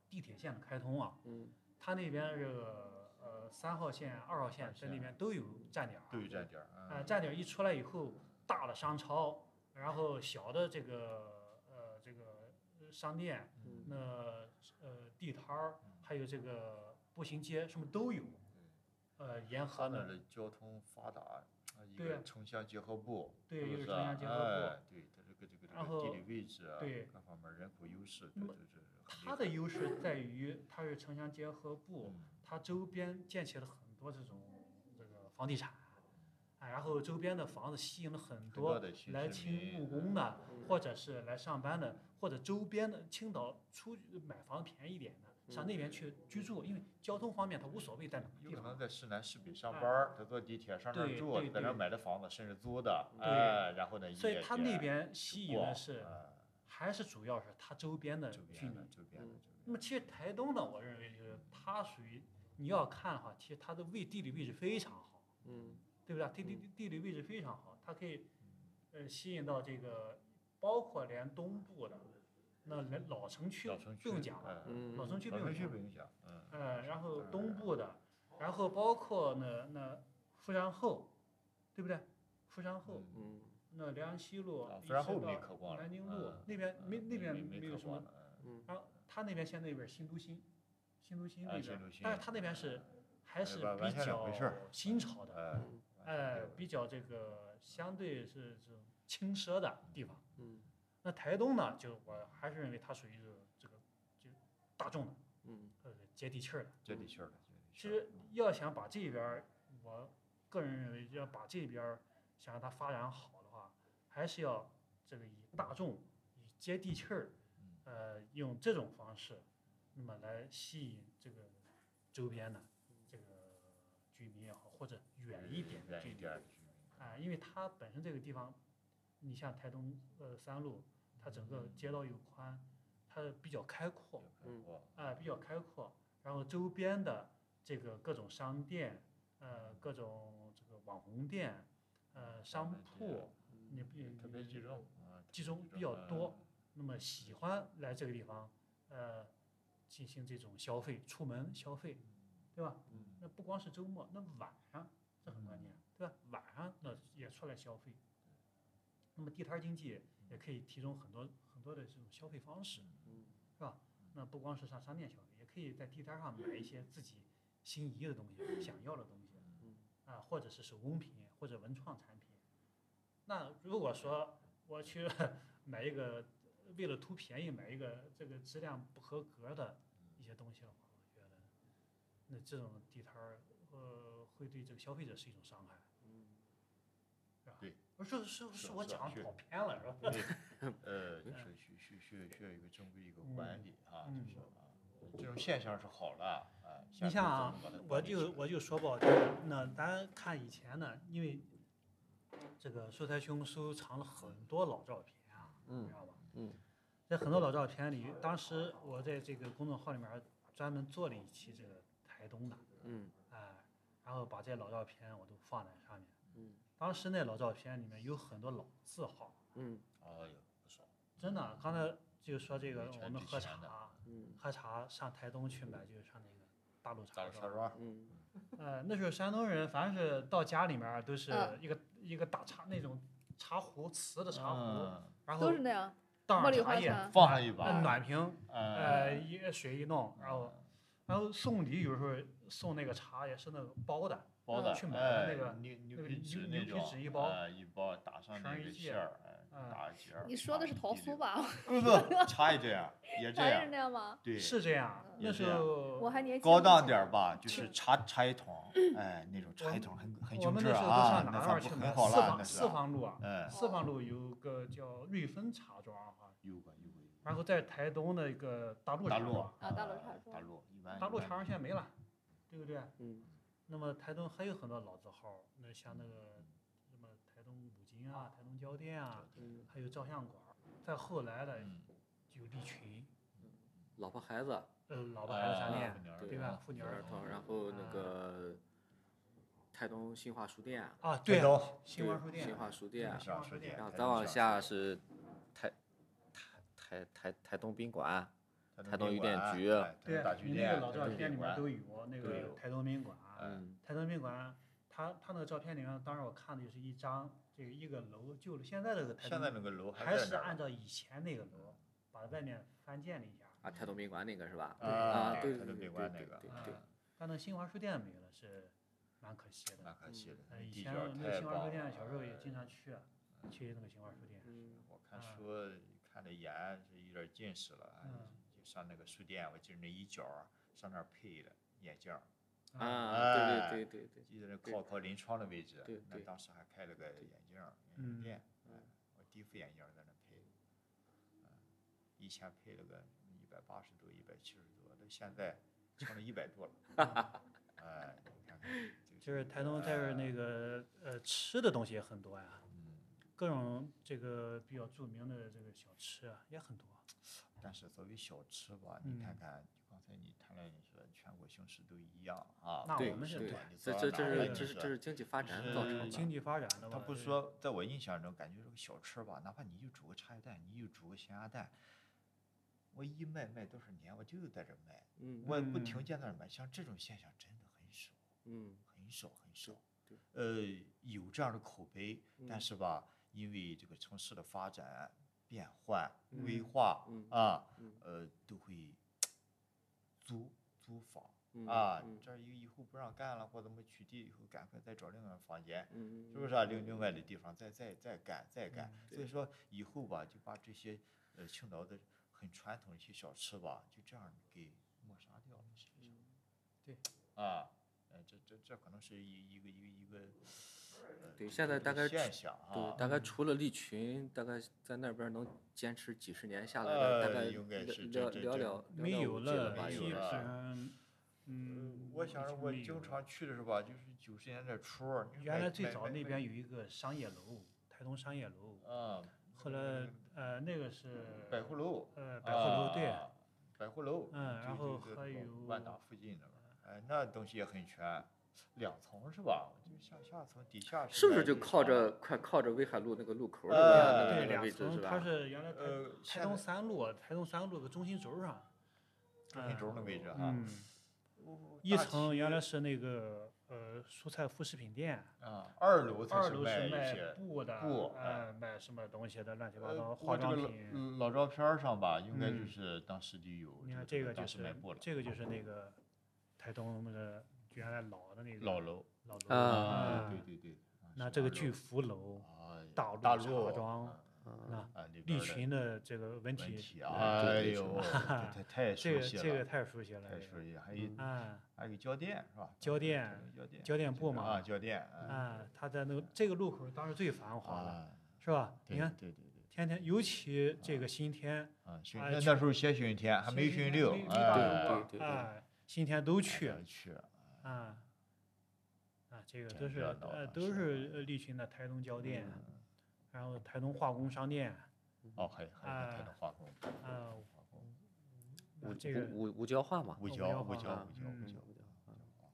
地铁线的开通啊，嗯它那边这个呃三号线、二号线在那边都有站点儿，都有站点儿，呃嗯站点儿一出来以后，大的商超，然后小的这个呃这个呃商店，嗯那呃地摊儿，嗯还有这个步行街什么都有，呃沿他河那儿的的交通发达，啊一对个呀城乡结合部，对是一不个是城啊乡结合部哎对，它这个这个然这个地理后位置啊，对各方面儿人口优势，那对么对对，很厉它的优势在于它是城乡结合部，嗯它周边建起了很多这种这个房地产，啊，然后周边的房子吸引了很很多多的新来市清民嗯务工的，嗯或者是来上班的，或者周边的青岛出买房便宜一点的，上那边去居住，因为交通方面它无所谓在哪个有地可能方。在市南、市北上哎班儿，他坐地铁上那儿对住对，在那儿对买的房子，甚至租的，对哎，然后呢，一所以夜它间那边吸引逛的是，哎还是主要是它周边的周居边的民。嗯周边的周边那么其实台东呢，我认为就是它属于你要看哈，其实它的位地理位置非常好。嗯对不对？地地地理位置非常好，它可以呃吸引到这个，包括连东部的，那连老城区老城区不用讲了，哎嗯老城区不老用城区讲不，影响，嗯，呃，然后当东然部的，然后包括那那富山后，对不对？富山后嗯嗯那辽阳西路啊，一虽然直后没到可逛了南京路嗯那边嗯没那边没没有可什逛么，了，嗯嗯然后他那边现在那边新都心，新都心啊那新边都心，但是他那边是还哎是完完比全两较回事儿新潮的。哎，哎完全，比较这个相对是这种轻奢的地方。嗯那台东呢，就我还是认为它属于是这个就大众的，嗯呃，接地气儿的。接地气儿的，接地其气儿的实要想把这边儿，我个人认为要把这边儿想让它发展好的话，还是要这个以大众、以接地气儿，嗯呃，用这种方式，那么来吸引这个周边的这个居民也好，或者远一点的远居一民点儿的居民，啊，因为它本身这个地方，你像台东呃三路，嗯它整个街道又宽，它比较开阔，有可能逛哎啊、比较开阔，然后周边的这个各种商店，呃，各种这个网红店，呃，商铺，你比特别集中，嗯，集中比较多。那么喜欢来这个地方，呃，进行这种消费，出门消费，对吧？嗯，那不光是周末，那晚上这很关键，对吧？晚上那也出来消费。那么地摊儿经济嗯也可以提供很多很多的这种消费方式，嗯是吧？那不光是上商店消费，也可以在地摊儿上买一些自己心仪的东西、想要的东西，嗯啊，或者是手工品或者文创产品。那如果说我去 买一个，为了图便宜买一个这个质量不合格的一些东西的话，我觉得那这种地摊儿，呃，会对这个消费者是一种伤害，嗯是吧？对，不是是是是我是啊讲是跑偏了，是吧？呃，就是需需需需要一个正规一个嗯管理啊，嗯就是啊，这种现象是好的啊。下你次像怎啊么把它，我管理起就来我就说不好听的，那咱看以前呢，因为这个素材兄收藏了很多老照片啊，你嗯知道吧？嗯，在很多老照片里，当时我在这个公众号里面专门做了一期这个台东的，嗯哎、然后把这些老照片我都放在上面。嗯当时那老照片里面有很多老字号，嗯哎呦，不少。真的，刚才就说这个嗯我们喝茶全之前的，嗯喝茶上台东去买，就是上那个大陆茶大陆茶庄。庄，嗯呃，那时候山东人，凡是到家里面儿都是嗯一个、一个大茶那种茶壶，瓷的茶壶，嗯然后都是那样，倒茉上莉茶花叶，茶，放上一呃把，暖瓶，呃，呃，一水一弄，然嗯后然后送礼有时候送那个茶也是那个包的，包的，去买的那哎个牛那牛个皮牛纸牛那皮种，纸一包呃一包打上全那是个一馅件儿，哎嗯打一截儿。你说的啊是打桃一滴酥溜？吧？不不，茶也这样，也这还是样，那样吗？对，是这样。也那这时样候我还年轻，高档点儿 吧，就是嗯茶茶叶筒，哎，那种茶叶筒很很我精们致那时候都啊上，哪那儿哪反儿不去很买？好四了，那坊是四啊，坊路啊，嗯，四坊路有个叫瑞丰茶庄啊，有过有过有然后在台东的一个大陆过，茶庄，大陆啊大陆呃茶大庄陆一般大陆一茶般庄现在没了，对不对？嗯那么台东还有很多老字号，那像那个什么台东五金啊、台东胶店啊，嗯，还有照相馆儿。再后来的嗯，有利群，老婆孩子呃，老牌的商呃店，，妇女对儿吧童？妇儿童，女儿然后那个台东新华书店，啊，台对啊，东新华书店，新华书对店，是啊是这样然后台再东往是啊下是台台台台台东宾馆，台东宾鱼店馆局哎台对东大啊，剧你那店，个老台照东片宾里面馆都有那都个有台东宾馆啊，嗯台东宾馆，它它那个照片里面，当时我看的就是一张这个一个楼，就是现在这个台现在东，那个楼还在是那儿按照以前那个楼，把外面翻建了一下。啊，台东宾馆那个是吧？啊啊，对对对台东对宾对馆那对个，对啊对，嗯但那新华书店没了，是蛮可惜蛮的。可惜的呃，，以地前角儿那个太新华棒书店了。嗯哎小时候也经常去，啊去那个新华书店。嗯我看啊书看的严是有点近视了，哎嗯就上那个书店，我记得那一角儿上那儿配的眼镜儿，嗯啊，哎对对对对记得那对靠靠临窗的位置对，那对当时还开了个眼镜儿眼嗯镜店，哎我第一副眼镜儿在那配的，嗯以前配了个一百八十度、一百七十度，到现在成了一百度了， 哎，你看看，就是台东在这儿那个呃吃的东西也很多呀，嗯，各种这个比较著名的这个小吃啊也很多。但是作为小吃吧，你看嗯看刚才你谈了，你说全国形势都一样啊，那不对我们是管对你，这到这哪这儿了是你这是这是经济发展造成是的经。济发展的他嘛，不对说，在我印象中，感觉这个小吃吧，哪怕你就煮个茶叶蛋，你就煮个咸鸭蛋，我一卖卖多少年，我就在这卖，嗯我也不停嗯地在那儿卖，像这种现象真的很少，嗯很少，很少。对呃，有这样的口碑，但嗯是吧，因为这个城市的发展、变换、规嗯划、嗯啊，嗯呃，都会租租房。嗯啊，嗯这儿以以后不让干了，或者我们取缔以后，赶快再找另外房间，嗯，是不是啊？另另外的地方再再再干再干，所以对说以后吧，就把这些呃青岛的很传统的一些小吃吧，就这样给抹杀掉了，实嗯际上。对。啊，呃，这这这可能是一一个一个一个。呃对这现这在个大概出现象啊对，，大概嗯除了利群，大概在那边能坚持几十年下来的，大呃概应该是这寥这寥寥这寥没寥有无几了了，吧？没有基有的了呃是本嗯，我想着就我没有经了常去的时候吧，就是九十年代初儿，你说原买来最买早买那买边有一个商业楼，台东商业楼，啊，后来呃那个是百户楼，呃百货楼对，啊，百货楼，嗯对然对后对还对有万达附近的嘛，哎，那东西也很全，两层是吧？就下下层底下是不在是就靠商着快靠着威海路那个路口儿里面那呃个那个对，啊两位置层是它吧？是原来台呃台现东在三路，台东三路的中心轴上，中心轴的位置哈？嗯，我哦一啊大层体原来是那个呃蔬菜副食品店，啊，二楼才二是楼卖是一卖些。布的，布哎呃，卖什么东西的乱七八糟呃，化我这妆个品。老老照片儿上吧，应该就嗯是当时就有。你看这个当就时是卖啊过了。这个就是那个台东那个原来老的那个老楼老楼啊啊对对对。啊那是这个二楼巨福楼、哎大呀陆大茶陆庄啊嗯那啊，里边利儿的群的这个文文体，体，哎对对 呦，是这太太这熟个悉这个了，太熟悉了，太这熟个悉了，还有啊还有胶甸是吧？胶甸还有胶甸，胶甸这布个嘛啊，胶甸，啊啊，他在那个这个路口当时最繁华了，啊，是吧？对你看对对对，天天，尤其这个新天啊，巡哎那去那时候先巡天，啊还没巡天巡六没，没打哎，过对对对啊，新天都去哎去，啊啊，这个挺都是热闹呃的都是是嗯呃利群的台东胶店，然后台东化工商店，哦，还还还还哎能化工，啊，化工那五这个五五五交化嘛，五五角角五化角啊五角五嗯角，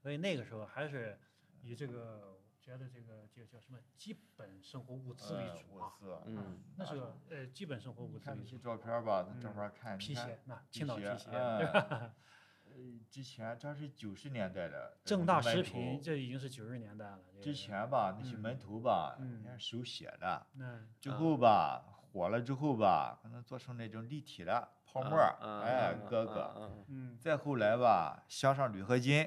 所以那个时候还是以这个觉得这个就叫什么基本生活物资为哎主我啊，是啊嗯，那是个呃基本生活物你资看为这主些，照片儿吧，那照嗯片儿看，你皮看鞋那皮青岛哎鞋皮鞋，啊哎 呃，之前这是九十年代的正大食品品。这已经是九十年代了，这之个前吧，那些嗯门头吧，嗯人家手写的，那之啊后吧，火了之后吧，可能做成那种立体的泡沫儿，啊哎，哥，啊哥。啊啊嗯再后来吧，镶上铝合金，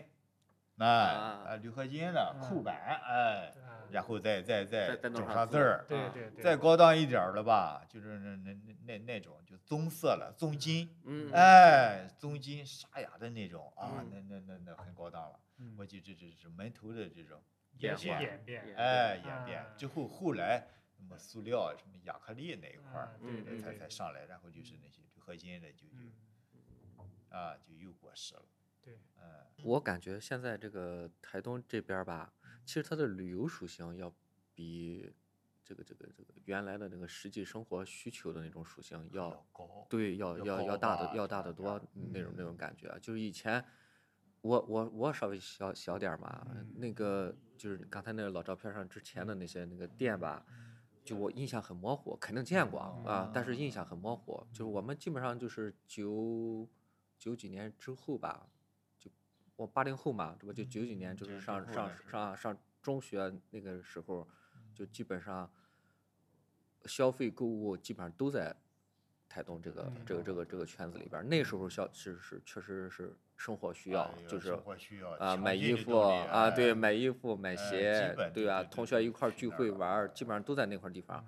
哎，啊啊，铝合金了，扣嗯板，哎，啊然后再再再再再弄整上上字字儿，对啊对对，再高档一点儿的吧，就是那那那那那种就棕色了，棕金，嗯，哎，棕金沙哑的那种啊，嗯那那那那很高档了。嗯我记这这是门头的这种也变是化演变变哎演变啊之后，后来什么塑料、什么亚克力那一块儿哎啊，对嗯对嗯才才对，上来，然后就是那些铝合金的就嗯就啊就又过时了，对，嗯，我感觉现在这个台东这边儿吧，其实它的旅游属性要比这个这个这个原来的那个实际生活需求的那种属性要高，对，要要要高要大吧的要大这嗯得多两那点儿种那种感觉啊，就是以前我我我稍微小小点儿嘛，那个就是刚才那个老照片上之前的那些那个店吧，就我印象很模糊，肯定见过哦啊，但是印象很模糊，就是我们基本上就是九九几年之后吧，就我八零后嘛，这不就九几年就对是之上嗯后上了是上上中学那个时候，就基本上消费购物基本上都在台东这嗯个这个这个这个圈子里边儿。那时候消是是确实是生活需要哎，呦就是生活需要啊强买劲衣的服动力啊，对，哎买衣服买哎基鞋本，对对啊，对同对学对一块儿去聚那儿会了嗯玩儿，基本上都在那块儿地方。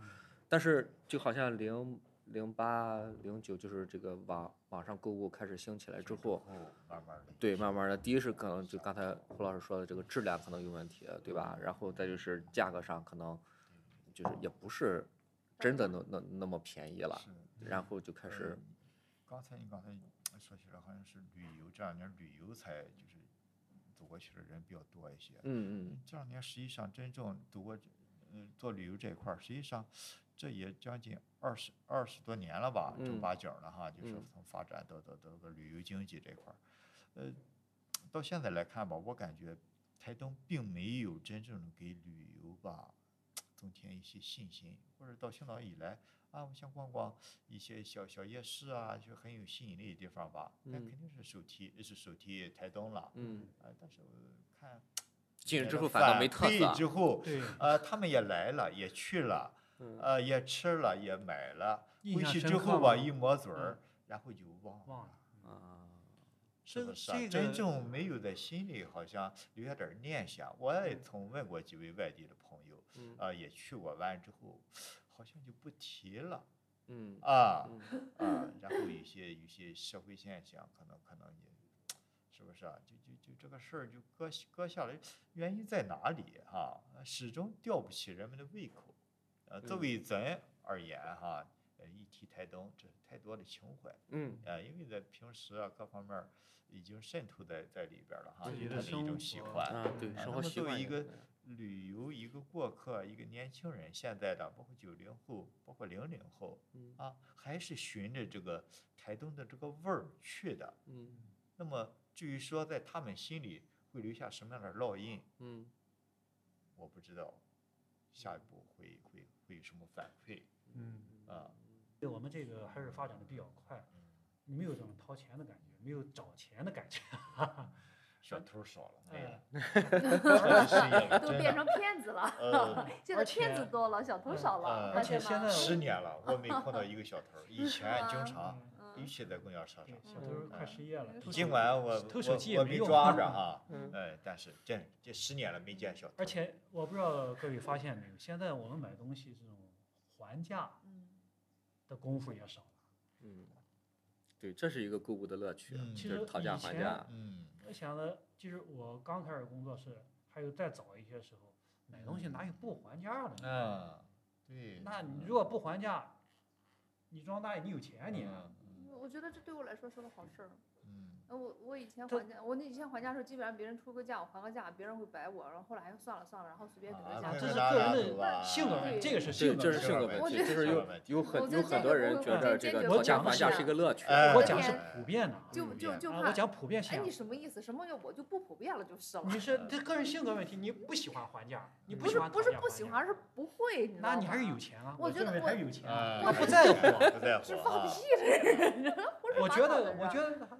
但是就好像零零八零九就是这个网网上购物开始兴起来之后。慢慢的对，慢慢的，第一是可能就刚才胡老师说的这个质量可能有问题，对吧？嗯然后再就是价格上可能就是也不是真的那那那么便宜了，是。然后就开始嗯刚才你刚才说起来，好像是旅游这两年旅游才就是走过去的人比较多一些。嗯这两年实际上真正走过，呃，做旅游这一块儿，实际上这也将近二十二十多年了吧，正嗯八经儿了哈，就是嗯从发展到到到到旅游经济这一块儿，呃，到现在来看吧，我感觉台东并没有真正的给旅游吧增添一些信心，或者到青岛以来啊，我想逛逛一些小小夜市啊，就很有吸引力的地方吧，那嗯肯定是首提是首提台东了，嗯，啊，但是我看。进那去之个后反倒反没特馈色，啊之后， 对，呃，他们也来了，也去了，啊呃，也吃了，也买了，印回象去深之刻后吧，吗嗯一抹嘴儿，然后就忘忘了了，啊，是这不个是啊？这真个正没有在心里好像留下点儿念想。我也嗯曾问过几位外地的朋友，嗯啊，也去过湾之后，好像就不提了嗯啊嗯啊，然后有些有些社会现象，可能可能也。是不是啊？就就就这个事儿就搁搁下来，原因在哪里哈、啊？始终吊不起人们的胃口。呃，作嗯为咱而言哈、呃，一提台东，这是太多的情怀。嗯呃，因为在平时啊各方面儿已经渗透在在里边儿了哈，自就己是的他的一种生喜活欢。啊，对，啊生那活么习作为惯一也个不样旅游一个过客，一个年轻人，现在的包括九零后，包括零零后嗯啊，还是循着这个台东的这个味儿去的。嗯那么至于说在他们心里会留下什么样的烙印，嗯我不知道，下一步会会会有什么反馈嗯，啊？对我们这个还是发展的比较快，没有这种掏钱的感觉，没有找钱的感觉。小偷少了，没哎 了，失业了，都真的。变成骗子了。呃，现在而且嗯骗子多了，小偷少了，呃发而且现现吗？在十年了，我没碰到一个小偷儿。以前经常 嗯尤嗯，其在公交车对上，，小偷快失业了，偷啊嗯尽手管我偷手机也我我没没用 抓着哈，嗯呃，但是这这十年了没见小偷儿，而且我不知道各位发现没有，现在我们买东西这种还价嗯的功夫也少了。嗯，对，这是一个购物的乐趣啊，就嗯其是实讨以价还前价。嗯，我想的，其实我刚开始工作是，还有再早一些时候，买东西哪有不还价的呢？啊，对，那你嗯如果不还价，你装大爷，你有钱你。啊嗯我觉得这对我来说是个好事儿。嗯呃我我以前这还价，我那以前还价的时候，基本上别人出个价，我还个价，别人会摆我，然后后来哎算了算了，然后随便给啊这个价会格。是拉个拉人手的吧性格问题，这个是对，性格这问是题。性格我问觉题，就是得性格有问题有很我觉有得很这多个人不觉会得我这这个个讨不价讲还是价啊是一个乐趣。哎我普讲遍是普遍的啊，就普就遍就啊我怕，讲普遍哎，现你象。什么意思？什么叫我就不普遍了就是了。你是这个人性格问题，你不喜欢还价，你不喜是欢不讨是价不还喜价欢，是不会，你知道那你还是吗有钱啊！我觉得认为我还是有钱啊，嗯哎我不在乎。 不在 乎是啊放屁的人， 我是我马觉桶得的，我人啊觉得还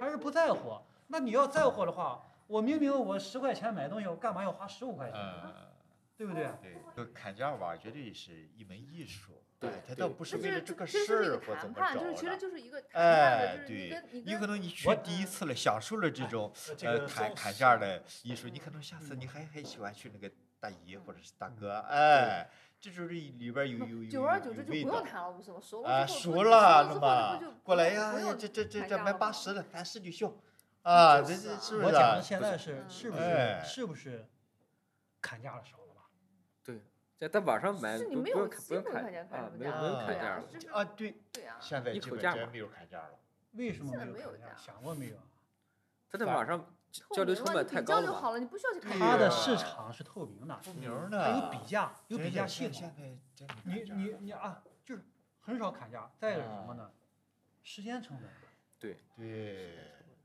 还是不在乎。那你要在乎的话，我明明我十块钱买东西，我干嘛要花十五块钱？嗯，对不对？对，就砍价吧，绝对是一门艺术，哎对他对倒不是这为了是这个这事是一儿个或怎么谈判，就是其着实的。就是一个谈判哎，的，就是你对跟你，有可跟能你去我第一次了，享受了这种这呃个砍都砍是价的艺术，你嗯可能下次你还还喜欢去那个大姨或者是大哥，哎，这就是里边有有有久而久之有就嗯不味道用谈了，不是吗？熟啊，了之后熟不熟了之是后吧就？过来不呀，不哎用这这这谈这价满了八嘛十了，咱十九秀，啊，就这是这啊是不我是讲啊？的现不在是是是不哎是是不是砍价的少了吧？在在网上买是不你不没有用砍不机用会砍看见砍啊什，么没有价没有啊砍对价啊了，就是啊，对，对啊，现在一基口本价真嘛没有砍价了。为什么现在没没有有砍价？价想过没有啊？他在反网上交透交流明成了本你太比高较就了好吧？了，你不需要去砍对它价的哎了呀市场是透明的，出名儿它呢，嗯有比价，有比价系统现。在真不你砍价你了你啊，就是很少砍价。再一个是什么嗯呢？时间成本。对，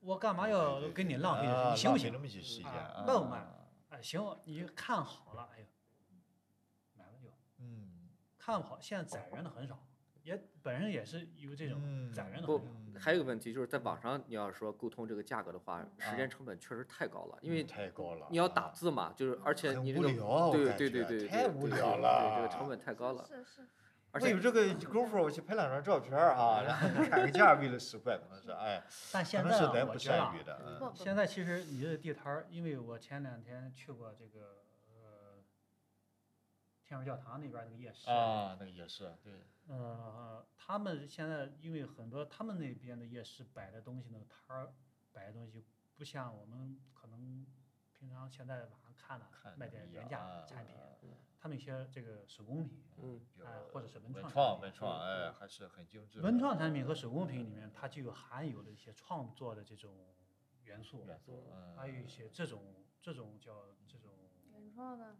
我干嘛对要对对跟你对浪费这啊你行浪不费行那？么些时间啊浪漫啊哎，行，你看好了，哎呦，买了就嗯，看不好。现在宰人的很少，也本身也是有这种。嗯宰人的不很少还有一个问题就是在网上你要说沟通这个价格的话，时啊嗯间成本确实太高了，因为太高了，你要啊打字嘛，就是而且很你这无个聊，我对感对对觉对，太对无对聊对了，对，这个成本太高了，是是，而我且有这个功夫，我去拍两张照片 儿啊，然后砍个价，为了十块，可能是哎，但可现能在是啊咱我不觉得善啊于，的，不嗯不现在其实你这个地摊儿，因为我前两天去过这个呃天主教堂那边儿那个夜市，啊，那个也是，对，呃，他们现在因为很多他们那边的夜市摆的东西，那个摊儿摆的东西不像我们可能平常现在网上看的看着卖不点一原样价啊产品啊，他们一些这个手工品，嗯比较哎，或者是文文创创产文品，创，嗯哎，还是很精致的，文创产品和手工品里面，它就有含有了一些创作的这种元素，啊元素，嗯，还有一些这种这种叫这种原创的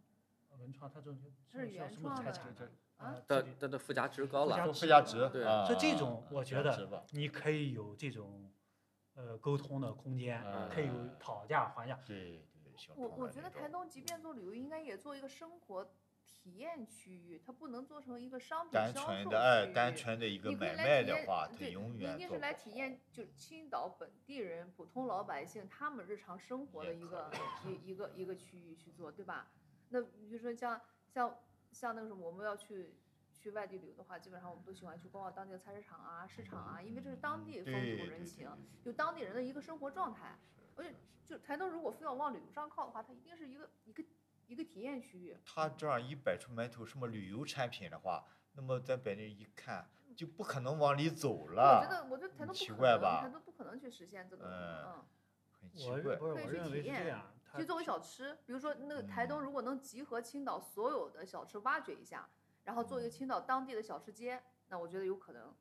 文创，它这种它是叫原什么创财的产呢？啊呃它自己它的附加值高附了，加附加值，对啊所以这啊种啊我附觉加得值吧你可以有这种呃沟通的空间，可以有嗯讨价还价。对对，小我窗我帘觉那得台种东即便做旅游，应该也做一个生活体验区域，它不能做成一个商品单销售纯区的哎，单域纯的一个你可以买来卖体的验话，它对永你远一定做是来不体好验，就是青岛本地人、普通老百姓他们日常生活也的一可个一一个一个区域去做，对吧？那比如说像像像那个什么，我们要去去外地旅游的话，基本上我们都喜欢去逛逛当地的菜市场啊、市场啊，因为这是当地嗯风对土对人对情，有当地人的一个生活状态。而且就台东如果非要往旅游上靠的话，它一定是一个一个一个体验区域。他这样一摆出馒头，什么旅游产品的话，那么咱摆那一看，就不可能往里走我觉了，得，我觉得台东不奇可怪能，吧台东不可能去实现这个，嗯嗯。很奇我认怪。不是可以我去认体为是验这样，它去做个小吃，比如说那个台东，如果能集合青岛所有的小吃挖掘一下，然后做一个青岛当地的小吃街，那我觉得有可能。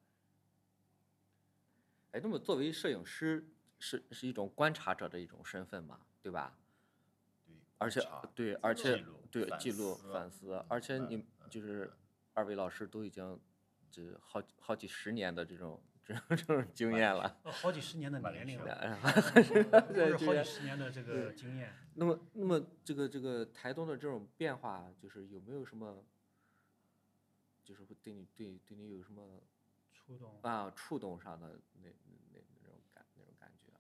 哎，那么作为摄影师是是一种观察者的一种身份嘛，对吧？对，而且查对，而记且录对反记录思反思，而且嗯你就是二位老师都已经这好几好几十年的这种这种这种经验了，呃好几十年的蛮年厉龄害了，对或者这好个几十年的这 个经验。 那么，那么这个这个台东的这种变化，就是有没有什么，就是会对你对对你有什么触动啊触动上的那那那种感那种感觉啊，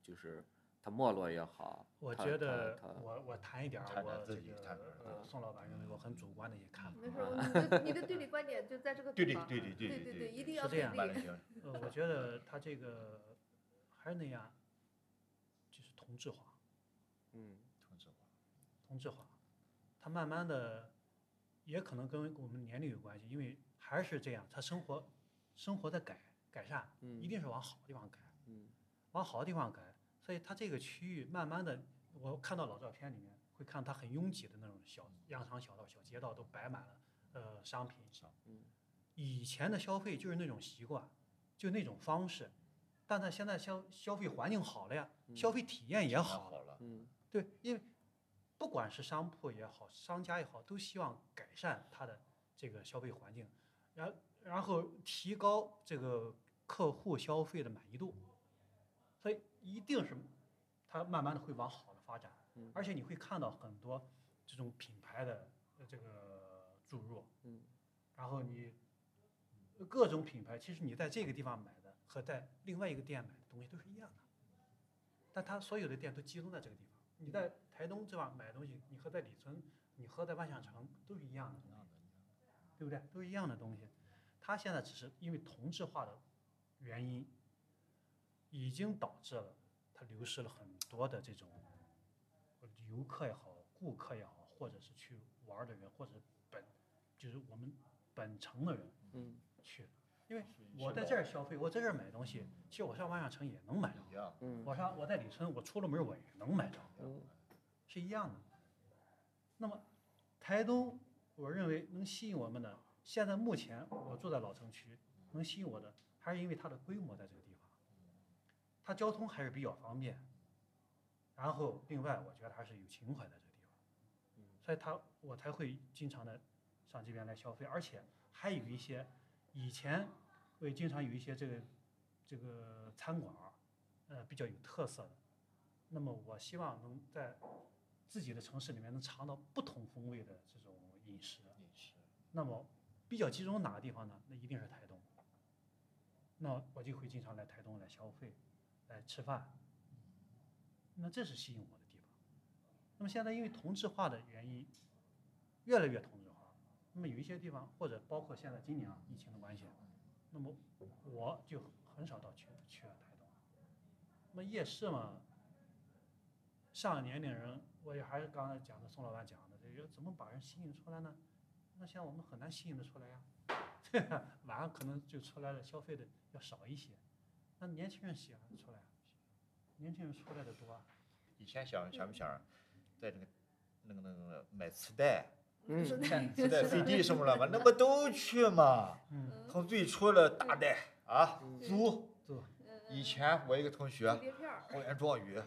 就是它没落也好，我它觉它得它我我谈一点儿谈谈我自这己个谈点儿嗯呃啊宋老板认为我很主观的一些看法嗯没事啊。儿，我你的你的对立观点就在这个对地立方对立对对立对，对一立定是要这对样完了立。就呃，我觉得他这个还是那样，就是同质化，嗯同质化同质化，他慢慢的也可能跟我们年龄有关系，因为还是这样，他生活生活在改改善，嗯一定是往好的地方改，嗯往好的地方改，所以他这个区域慢慢的，我看到老照片里面会看它很拥挤的那种小羊肠小道、小街道都摆满了呃商品，嗯以前的消费就是那种习惯，就那种方式，但他现在消消费环境好了呀，消嗯费体验也也好了，了，嗯对，因为不管是商铺也好，商家也好，都希望改善他的这个消费环境，然然后提高这个客户消费的满意度，所以一定是它慢慢的会往好的发展，嗯而且你会看到很多这种品牌的呃这个注入，嗯然后你各种品牌，其实你在这个地方买的和在另外一个店买的东西都是一样的，但它所有的店都集中在这个地方。你在台东这边买的东西，你和在李村，你和在万象城都是一样的东西，对不对？都是一样的东西。它现在只是因为同质化的原因，已经导致了它流失了很多的这种游客也好，顾客也好，或者是去玩儿的人，或者是本就是我们本城的人嗯去，因为我在这儿消费，我在这儿买东西，其实我上万象城也能买着，一样，嗯我上我在李村，我出了门儿我也能买着，嗯是一样的。那么，台东，我认为能吸引我们的，现在目前我住在老城区，能吸引我的，还是因为它的规模在这个地方，嗯它交通还是比较方便。然后，另外我觉得还是有情怀在这个地方，所以它我才会经常的上这边来消费，而且还有一些以前会经常有一些这个这个餐馆儿，呃比较有特色的。那么我希望能在自己的城市里面能尝到不同风味的这种饮食。饮食那么比较集中哪个地方呢？那一定是台东。那我就会经常来台东来消费，来吃饭。那这是吸引我的地方。那么现在因为同质化的原因，越来越同质化。那么有一些地方，或者包括现在今年啊疫情的关系，那么我就很少到去去了台东。那么夜市嘛，上了年龄人，我也还是刚才讲的宋老板讲的，这个怎么把人吸引出来呢？那像我们很难吸引得出来呀、 晚上可能就出来了，消费的要少一些。那年轻人喜欢出来，啊年轻人出来的多啊。以前想想不想在那个那个那个那个买磁带、嗯是的看磁带、CD 什么了嘛，那不都去嘛？嗯，从最初的大带啊嗯，租。嗯以前我一个同学蝴，蝶片儿，花言壮语，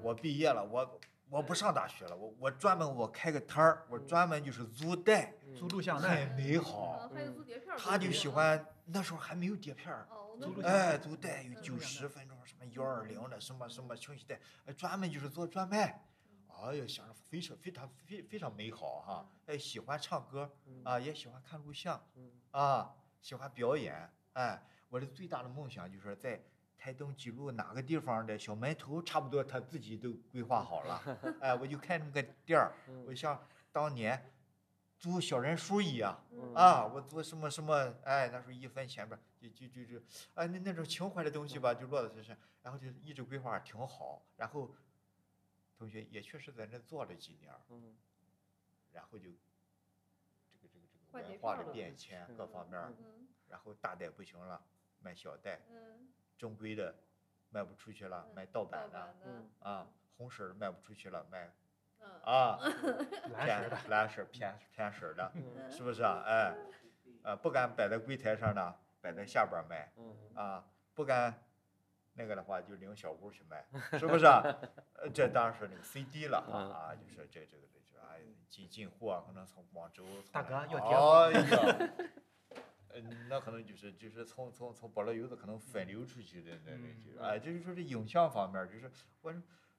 我毕业了，我我不上大学了，我我专门我开个摊儿，我专门就是租带，租录像带，很美好。嗯还有租碟片儿，他就喜。欢那时候还没有碟片儿，哦，我租们录像带哎，租带有嗯九十分钟，什么幺二零的，什么什么休息带，哎专门就是做专卖。哎呀，想着非常非常非非常美好哈、哎，喜欢唱歌啊，也喜欢看录像嗯啊，喜欢表演。哎，我的最大的梦想就是在台东几路哪个地方的小门头，差不多他自己都规划好了。哎，我就开那么个店儿，我像当年租小人书一样。嗯啊，我做什么什么，哎，那时候一分钱吧，就就就就，哎，那那种情怀的东西吧，就落到身上，然后就一直规划挺好，然后同学也确实在那做了几年儿，嗯然后就这个这个这换个文碟片化儿的了变迁各方面儿，嗯然后大带不行了，卖小带，嗯，正规的卖不出去了，卖盗盗版版嗯的，嗯的，啊，红色儿的卖不出去了，卖嗯，啊蓝 偏石的，蓝色儿偏偏色儿的，嗯是不是啊？哎，呃，不敢摆在柜台上呢，摆在下边儿卖嗯啊，不敢那个的话就领小屋去 卖，是不是啊？呃，这当然是那个 CD 了嗯啊，就是这这个这这哎进进货啊，可能从广州从大哪哥要 哎呀，嗯，那可能就是就是从从从保乐油子可能分流出去的那那嗯就哎，就是说这影像方面儿，就是我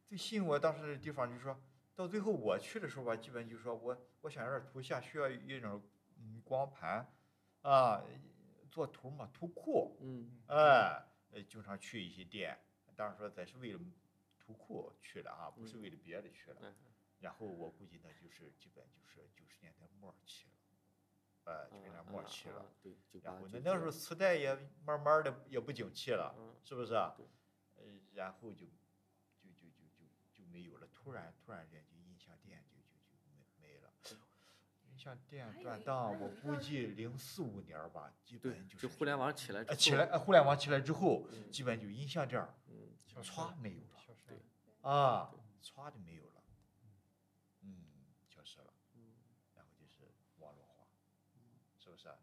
最吸引我当时的地方就是说。到最后我去的时候吧，基本就是说我我想要点图像，需要一种嗯光盘啊，做图嘛，图库，嗯哎，呃，经常去一些店，当然说咱是为了图库去了啊，不是嗯为了别的去了。嗯然后我估计呢，就是基本就是九十年代末期了，哎，九十年嗯代末期了。，啊对，九八然后呢，那时候磁带也慢慢的也不景气了，嗯是不是啊对？呃，然后就就就就就就没有了，突然突然间就音像店就就就没没了。嗯音像店还有断一档，还我有一估个计零四五年儿吧，基对本，就是互联网起来之后，呃起来，呃互联网起来之后，嗯基本就音像这儿嗯，消失歘了没有了消失了啊，歘就没有了，嗯，消失了，嗯然后就是网络化，是不是啊？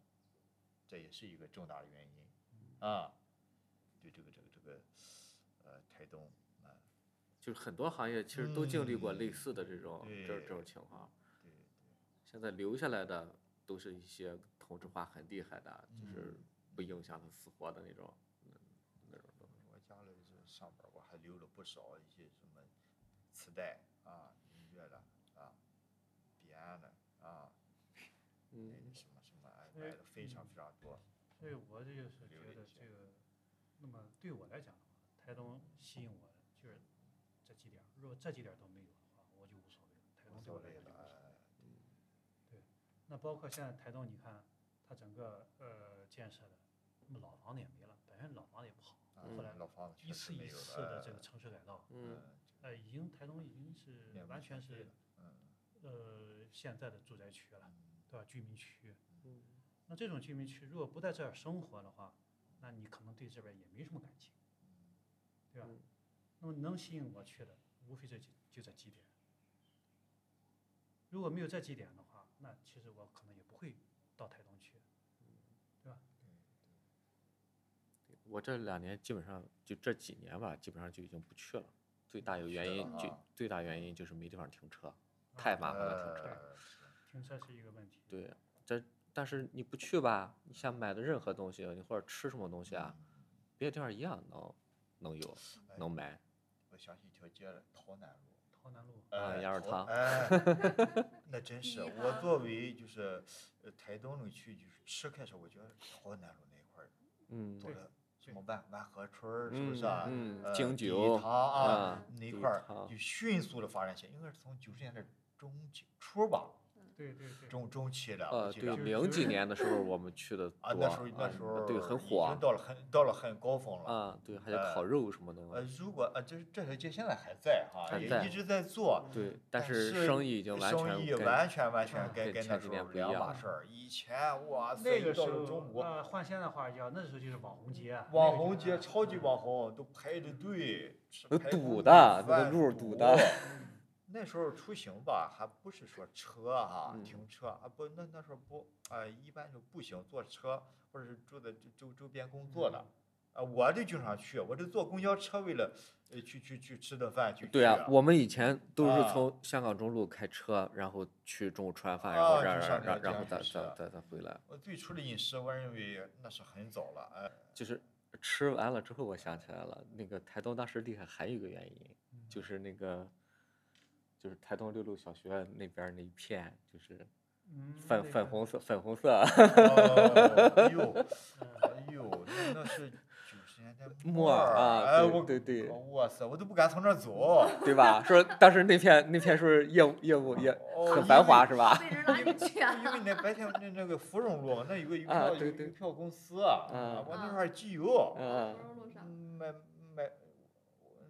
这也是一个重大的原因嗯啊，对这个这个这个，呃，台东啊，就是很多行业其实都经历过类嗯似的这种这对这种情况。对现在留下来的都是一些同质化很厉害的，就是嗯不影响他死活的那种，那种东西。我家里这上边儿我还留了不少一些什么磁带啊、音乐的啊、彼岸的啊，那嗯，什么什么，哎，哎买的非常非常多。所以我这就是觉留一得些这个，那么对我来讲的话，台东吸引我的就是这几点儿，如果这几点儿都没有的话，我就无所谓了。台无东对所我来谓讲就无所谓了。哎了，那包括现在台东，你看它整个呃建设的，那么老房子也没了，本身老房子也不好，哎后来老房子确嗯一实次没一有次了哎的这个城市改造，嗯，呃，已经台东已经是面目完全全非是了嗯呃现在的住宅区了，嗯对吧？居民区。嗯那这种居民区如果不在这儿生活的话，那你可能对这边也没什么感情，对吧嗯？那么能吸引我去的，无非这几就这几点。如果没有这几点的话，那其实我可能也不会到台东去。我这两年基本上就这几年吧，基本上就已经不去了。最大有不原去因了就啊最大原因就是没地方停车，啊太麻烦了停车。呃是停车是一个问题。对，这但是你不去吧，你想买的任何东西，你或者吃什么东西啊，别的地方一样能能有嗯哎能买。我想起一条街了，桃南路。桃南路，啊哎鸭肉桃汤哎， 那真是第一我行作为就是呃台东那个区，就是吃开始，我觉得桃南路那一块儿嗯做对的什么万万和春儿，是不嗯是啊？嗯，呃京第一酒堂啊，啊，那一第一块儿堂就迅速的发展起来，应该是从九十年代中期初吧，对对对。中中期的，我呃，记对，得就是零就几是年的时候我们去的啊，多，呃那时候那时候对，很已火经到了很到了很高峰了。啊，对，还有呃烤肉什么的呃，，如果呃，就是这条街现在还在哈，嗯还也在一直在做，对，但但是是生意已经完生全意跟完全完全啊跟跟跟那前几时年候不一两样码了事儿。以前哇塞，那一个时到候了中国，呃，换现在话叫，那时候就是网红街，那个网就红是街超级网红，都排着队，吃都排呃堵骨的米那个饭啊嗯路儿堵的。 那时候出行吧，还不是说车哈、嗯停车啊，不，那那时候不，啊，一般就步行、坐车，或者是住在周周周边工作的。嗯啊，我就经常去，我就坐公交车为了，呃，去去去吃顿饭去。对去啊，我们以前都啊是从香港中路开车，然后去中午吃完饭，然啊后就然像然那然然个这后样再就是再啊再再回来，我最初的饮食，我认为那是很早了，哎，就是吃完了之后，我想起来了，那个台东当时厉害还有一个原因，嗯就是那个就是台东六路小学那边儿那一片，就是嗯粉那粉个红色粉红色啊哦哎 呦，嗯哎呦，那那是九十年代沫儿儿哎，啊，我对对对哇塞，我都不敢从那儿走。对吧？说当时那片那片是不是业务业务也哦很因繁为华是吧？被人拉进去 啊！因为那白天那那个芙蓉路嘛，那有个邮啊票对邮对邮票公司啊，嗯我那啊块儿集邮，嗯芙蓉路上，买买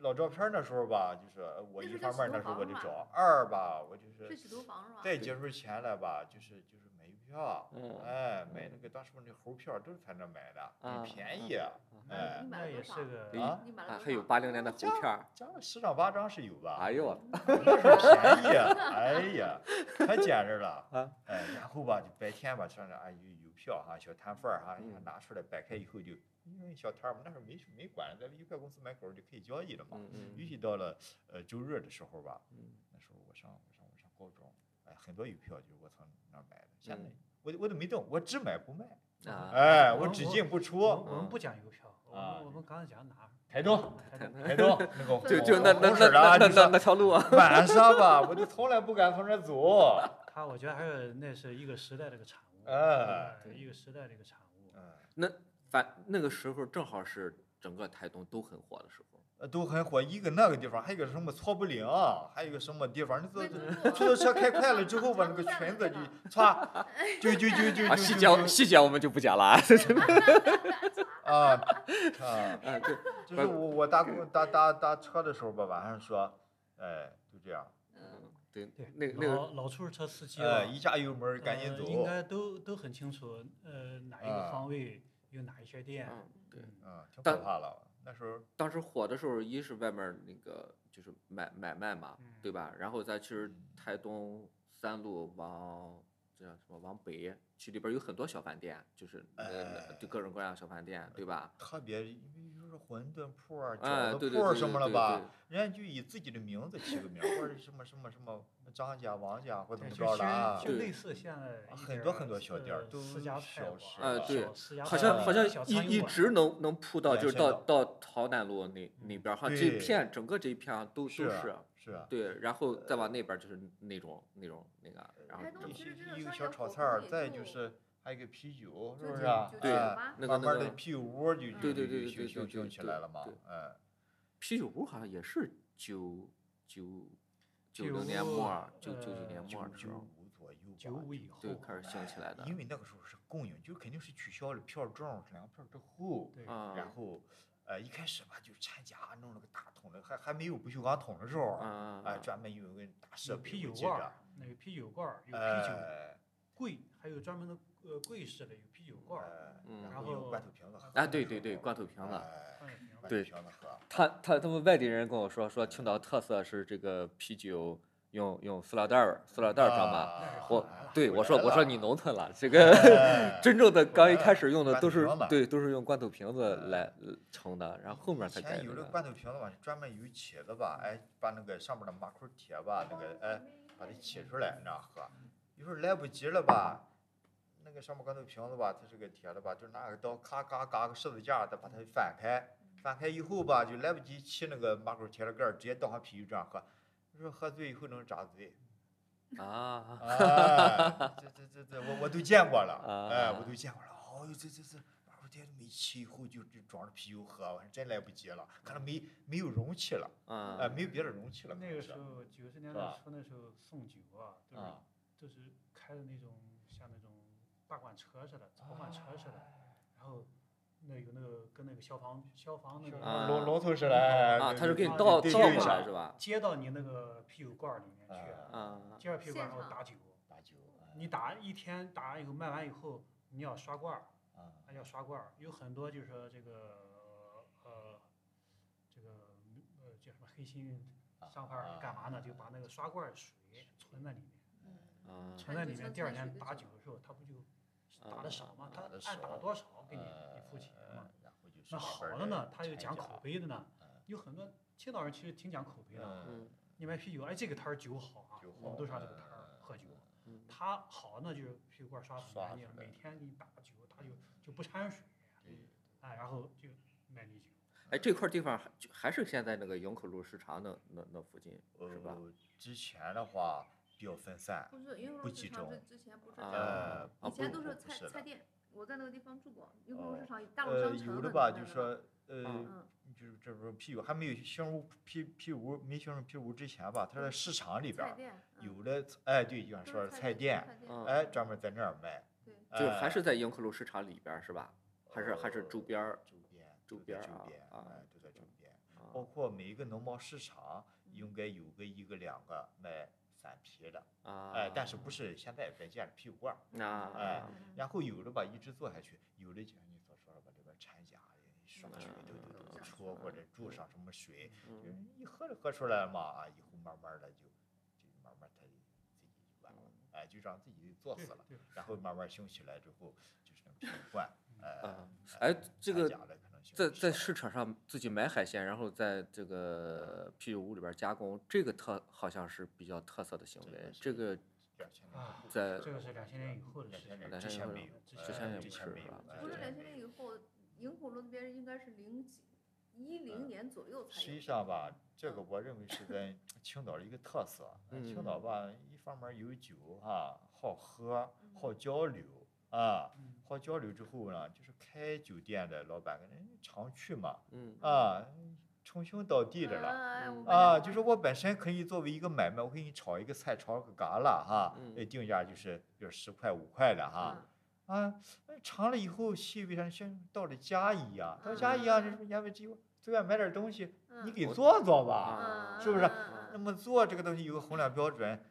老照片儿那时候吧，就是呃我那一时候方叫面儿那喜多时候我房得吧找，二吧我就是是许多房是吧？再结束前了吧，就是就是买邮票，嗯哎，买那个当时那猴票都是在那买的，啊很便宜，那哎你买那了也多是少个对啊，你买了啊，多还有少八零年的红这样片儿，加了十张八张是有吧？哎呦我， 那时候便宜，哎呀，可简直了啊！哎哎，然后吧，就白天吧，上着啊有邮票哈，小摊贩儿哈，一下嗯拿出来摆开以后就因为小摊儿嘛，那时候没没管，在邮票公司门口儿就可以交易了嘛。嗯尤嗯其到了呃周日的时候吧，嗯那时候我上我上我上高中，哎，很多邮票就是我从那儿买的，现在嗯我我都没动，我只买不卖，啊，哦哎，我我只我进不我出。我们不讲邮票，我嗯啊们我们刚才讲哪儿？台中，台中台中那 个就我就那我那红那水儿啊那那就那是那条路 啊，晚上吧，我就从来不敢从这儿走。它我觉得还是那是一个时代的一个产物，哎对一个时代的一个产物。嗯，那反那个时候正好是整个台东都很火的时候， 呃都很火。一个那个地方，还有一个什么搓布岭，还有一个什么地方，你这没这听过出租车开快了之后吧，那个裙子就歘，就就就就啊，就细就节就细节我们就不讲了啊， 啊啊！啊对，就是我我搭公搭搭搭车的时候吧，晚上说，哎，就这样，对对，那个那个老老出租车司机哎，了一下油门儿赶紧呃嗯走，应该都都很清楚，呃，哪一啊个方位有哪一些店。嗯对，嗯，挺可但怕了。那时候，当时火的时候，一是外面儿那个就是买买卖嘛，嗯对吧？然后再其实嗯台东三路往这叫什么往北去里边儿有很多小饭店，就是那哎个就各种各样小饭店，对吧？特别因为就是馄饨铺儿、哎，饺对子对铺对儿对什么对了吧，对，人家就以自己的名字起个名儿，或者什么什么什么张家、王家或怎对么就着其了啊实就对类似现在一很点多儿很多小店儿呃都私家菜小馆吃儿啊对小私家好菜像馆好儿像小餐一一馆儿直能能铺到延就是伸到到到桃南路那那边儿哈，这嗯对一片整个这一片都都是啊是，是啊，对，然后再往那边儿就是那种那种那个，然后台东整一其实真的一个小川渝炒火菜儿，锅也再就就是还有一个啤酒，是就不是就啊？就对酒哎吧那个慢慢那的个啤酒屋儿就就对对就对就对兴对兴对起对来了嘛对，哎，啤酒屋好像也是九九九九零年末儿，九九呃九年末九儿的时九候，五左右吧，九五以后对，开始兴起来的。因为那个时候是供应，就肯定是取消了票证儿、粮票之后，对啊然后，呃，一开始吧，就掺假弄了个大桶的，还还没有不锈钢桶的时候啊儿，啊哎，啊专门有一个大设有备，啤我酒记罐儿着，，那有啤酒罐儿，有啤酒哎，柜，还有专门的呃柜式的，有啤酒罐儿，哎嗯然然后用罐后头瓶子喝啊！的对时对对，候罐头瓶子。哎放着瓶罐儿头对瓶子喝，啊他他他们外地人跟我说，说青岛特色是这个啤酒用用塑料袋儿塑料袋儿装嘛。那是啊后我来了对后我说来我说了你农村了， 这个哎真正的后刚一来开了始用的罐都头是瓶子对都是用罐头瓶子哎来呃盛的，然后后面以才改前有的那个呢。罐头瓶子吧，专门有起子吧，哎，把那个上面的马口铁吧，那个哎，把它起出来，那样喝。有时候来不及了吧，那个上面罐头瓶子吧，它是个铁的吧，就拿个刀咔咔咔个十字架，再把它翻开，翻开以后吧，就来不及起那个马口铁的盖儿，直接倒上啤酒这样喝。你说喝醉以后能扎嘴？啊， 哎，这这这这，我我都见过了，哎，我啊都见过了。哦呦，这这这，马口铁没气以后就就装着啤酒喝，我说真来不及了，可能没没有容器了，嗯哎，没有别的容器了。可那能个是时候九十年是代吧初那时候送酒啊，都是啊，都是开的那种像那种大罐车啊似的，草罐车似的，然后那有那个跟那个消防消防那啊个龙龙头是来啊，他是给你对倒倒对过对来对是吧？接到你那个啤酒罐儿里面去，啊啊，接着啤酒罐儿然现后场打酒，打啊酒你打一天打完以后卖完以后你要刷罐儿，啊还要刷罐儿，有很多就是说这个呃这个呃叫什么黑心啊商贩儿啊干嘛呢？就把那个刷罐儿的水存在里面。嗯啊存在里面，第二天打酒的时候，他不就打的少吗？他啊打得按打少多少给你呃你付钱嘛。然后就是那慢好慢的呢地，他又掺讲假口碑的呢嗯，有很多青岛人其实挺讲口碑的。嗯，嗯你买啤酒，哎，这个摊儿酒好啊酒，好我们都上这个摊儿嗯喝酒。嗯他好呢，就是啤酒罐刷得很刷干净出，来每天给你打酒，打酒就不掺水，嗯对哎，然后就卖你酒。哎，这块儿地方还就还是现在那个营口路市场那那那附近是吧？呃，之前的话比较分散，不是，因为不我市集场这中之前不是这样，呃，啊以前都不是不菜是菜的店，我在那个地方住过，因为哦市场有大陆呃，商城有的的吧，那就个说呃嗯，嗯，就是这不是啤酒还没有形容啤啤屋，没形容啤屋之前吧，它在市场里边菜儿店嗯有的，哎，对，就像都说是的菜店，菜嗯哎，专门在那儿卖，对，就是哎还是在营口路市场里边儿是吧？还是呃还是周边儿周边，周都在边儿周啊边，啊哎，都在周边，包啊括每一个农贸市场应该有个一个两个卖散啤的，啊？哎，但是不是现在别见了啤酒罐儿，哎啊？嗯然后有的吧一直做下去，有的就像你所说的吧，里边掺假的，刷水都嗯都都不出，或者注上什么水，就嗯是一喝就喝出来了嘛，啊，以后慢慢的就就慢慢他自己嗯就完了，哎，就让自己作对嗯 死了，对， 然后慢慢兴起来之后，就是那个瓶罐，呃啊，哎呃这下个架的可能性在很在小市场上自己买海鲜，然后在这个啤酒屋里边儿加工，这个特好像是比较特色的行这个为。是这个两千年啊后在这个是两千年以后的呃两事千情年了之之前没有，之前也前没有呃之不前是没有吧呃不是之前两没千有年以后，银火轮别人应该是零几一嗯零年左右才有。实际上吧，这个我认为是在青岛的一个特色。呃青嗯岛吧，一方面有酒啊，好喝，嗯好交流啊，嗯好交流之后呢，就是开酒店的老板跟人常去嘛，嗯啊，称兄道弟的了。哎嗯我感觉啊，好就是我本身可以作为一个买卖，我给你炒一个菜，炒个嘎啦哈，嗯呃定价就是比如十块五块的哈，嗯啊，呃尝了以后细味上像到了家一样，到家一样，嗯你说人家只有随便买点东西，你嗯给我做做吧。啊是不是那嗯么做这个东西有个衡量标准，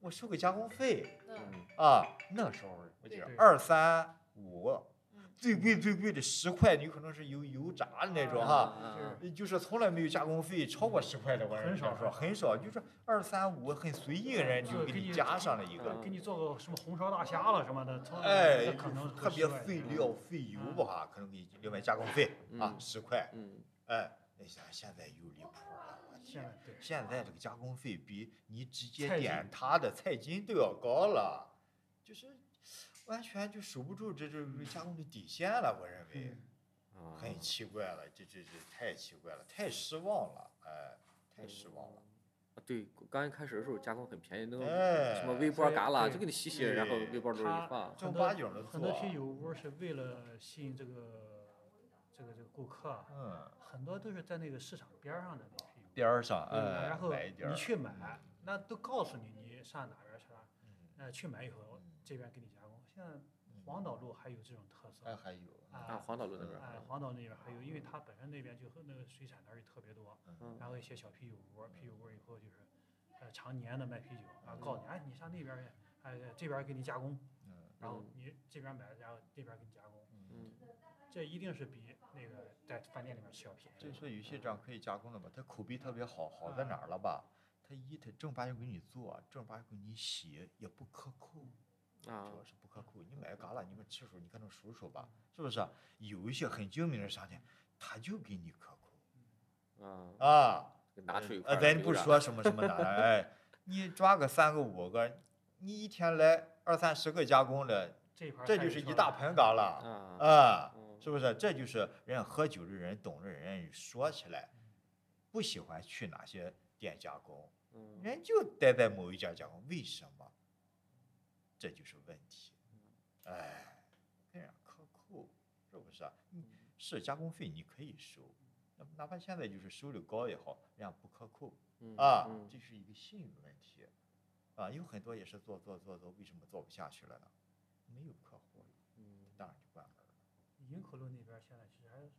我收个加工费嗯嗯嗯啊。那时候我记得对二三五嗯，最贵最贵的十块，有可能是油油炸的那种哈。嗯啊呃就是从来没有加工费超过十块的，我很认识少啊说很少，就是二三五很随意的人就就给给你你加上了一呃个，给你做个什么红烧大虾了什么的，从哎，那就可能特别嗯费的料费油吧，可能给你另外加工费啊嗯十块，嗯哎，那现现在有离谱了，我现天在！对，现在这个加工费比你直接菜点金他的菜金都要高了，就是完全就守不住这这这加工的底线了，我认为嗯啊很奇怪了，这这这太奇怪了，太失望了，哎，太失望了。啊对，刚一开始的时候加工很便宜，那种哎，什么微波哎嘎啦对就给你洗洗，然后对微波炉一它放，正很八多经的很做多啊，啤酒屋是为了吸引这个这个这个顾客啊，嗯，很多都是在那个市场边儿上的那种啤酒边儿上，屋，哎，然后买一点你儿去买，那都告诉你你上哪边儿去了，嗯呃，去买以后嗯这边给你加工。现在嗯黄岛路还有这种特哎嗯色，还有啊，啊，黄岛路那边哎，黄岛那边还有，因为它本身那边就和那个水产那儿也特别多，嗯然后一些小啤酒屋，啤酒屋以后就是，呃，常年的卖啤酒，然后告诉你，哎，你上那边去，哎，这边给你加工，嗯然后嗯你这边买，然后那边给你加工，嗯，嗯这一定是比那个在饭店里面吃要便所以宜。说有些这样可以加工的吧，它口碑特别好，好嗯在哪儿了吧？它一它正儿八经给你做，正儿八经给你洗，也不克扣。啊主要是不可口。你买个嘎啦，你们吃的时候你看能数数吧，是不是？有一些很精明的商店，他就给你可嗯口啊，啊。拿出一块呃，儿咱留不着说什么什么的，哎， 你抓个三个五个，你一天来二三十个加工的，这一盘这菜就是说一大了盆嘎啦啊，啊，嗯是不是？这就是人家喝酒的人、懂的人说起来，不喜欢去哪些店加工，嗯人就待在某一家加工，为什么？这就是问题。哎，跟人家克扣，是不是啊？你嗯是加工费你可以收，那哪怕现在就是收的高也好，人家不克扣嗯啊，嗯这是一个信誉问题。啊，有很多也是做做做做，为什么做不下去了呢？没有客户了，嗯当然就关门了。营口路那边现在其实还是，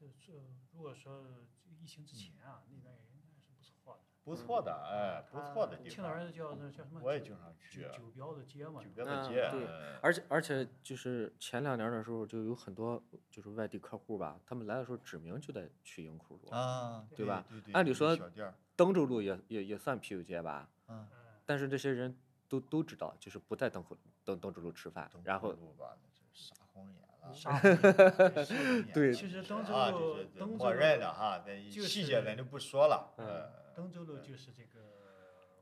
就是如果说这个疫情之前啊，那边人还是不错的。不错的，嗯哎，不错的它地嗯青岛方，人叫那叫什么？我也酒经常去酒，酒标子街嘛酒，标啊子街，对嗯而且而且就是前两年的时候，就有很多就是外地客户吧，他们来的时候指名就得去营库路，啊，对吧对对，按理有说小店儿，登州路也也也算啤酒街吧，嗯，嗯，但是这些人都都知道，就是不在登口登登州路吃饭东，然湖后路吧，那就是杀红眼了，沙河 对其实登州啊，路这这登默州认路了哈，这就细节是咱就不说了，嗯呃，登州路就是这个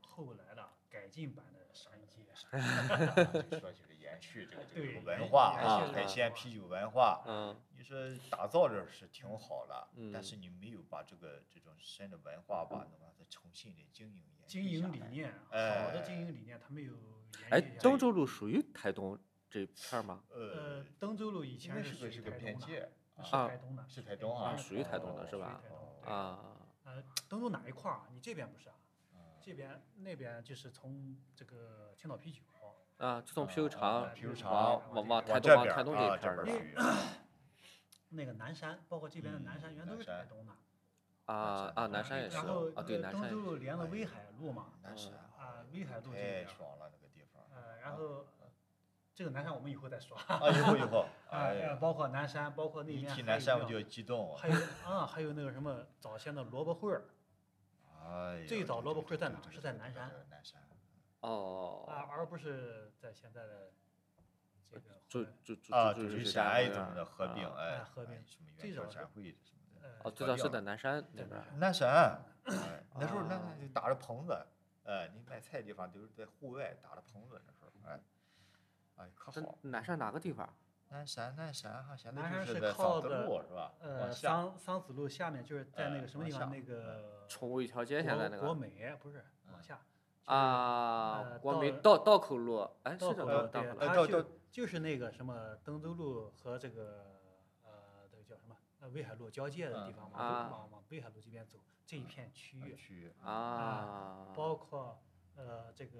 后来的改进版的商业街，哎就说就是延续 这个这对个文延化延啊续，海了鲜啤酒文化，嗯你说打造的是挺好的，但嗯是你没有把这个这种深的文化吧，能让它重新的经营延经续下营理来念，啊好哎的经营理念，他没有哎延续，下登来。州路属于台东这片儿吗？呃呃，，登州路以应该前是属个于是个台偏东的，见，是啊台东的，是台东啊啊属于台东的是属于吧台东对啊，呃，登州哪一块儿啊？你这边不是啊？嗯这边那边就是从这个青岛啤酒，呃啊，就从啤酒啊啊厂啊啤酒厂往往往往台东往这往边台儿东啊这一片儿是吧这边儿属于啊那个南山，包括这边的南山，嗯原都是南山台东的。啊啊，南哦南山也是然后啊，对呃南登山也州是路连了哎威海路嘛，南山啊，威海路这太边，爽了那个地方，呃，然后这个南山我们以后再说，啊，以后以 后，啊哎呃，呀，包括南山，包括那一边提还南有山那我就要激动啊，还有啊，还有那个什么早先的萝卜会儿哎呀，最早对萝对卜会对在对哪儿对是在对南对山啊对南山，哦啊，而不是在现在的这个就活就就啊，就主是义这狭样隘那怎么样的合并，啊哎，哎合并哎什么最元宵早展是会什么的。 呃哦，最合早是并在南山那对边儿，南山，哎，那时候那哦啊那就打着棚子，哎，你卖菜的地方都是在户外打着棚子那时候，哎，哎，可在好。南山哪个地方？南山，南山哈，现在南就山是是在靠桑德着路是吧？往呃下，桑桑子路下面就是在那哎个什么往地方下那个宠物一条街国现在那国个美不是往嗯下就是啊呃，国到美道道口路，哎，道是口叫路道道呃对口，呃路，它到就到就是那个什么登州路和这个呃这个叫什么呃威海路交界的地嗯方，啊往往往威海路这边走这一嗯片区呃域，区域啊，包括呃这个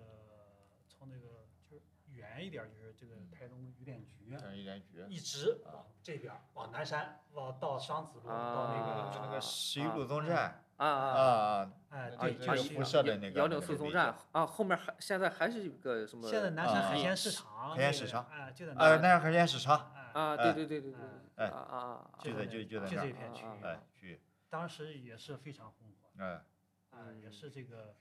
从那个就是远一点儿就是这个台东渔电局，成一连局，一直啊往这边儿往南山往到商子路到那啊个那个十一啊路总站啊啊啊啊，哎啊对这就个是辐射的那个幺那零个四位总置站啊，后面还现在还是一个什么现在南山海啊鲜市场那个，海鲜市场哎就在呃，南南山海鲜市场，哎啊，对哎对对对对哎嗯对，啊啊啊，啊就在就就在就这那儿一片区域，啊哎，区域，当时也是非常红火。哎，啊，也嗯是这个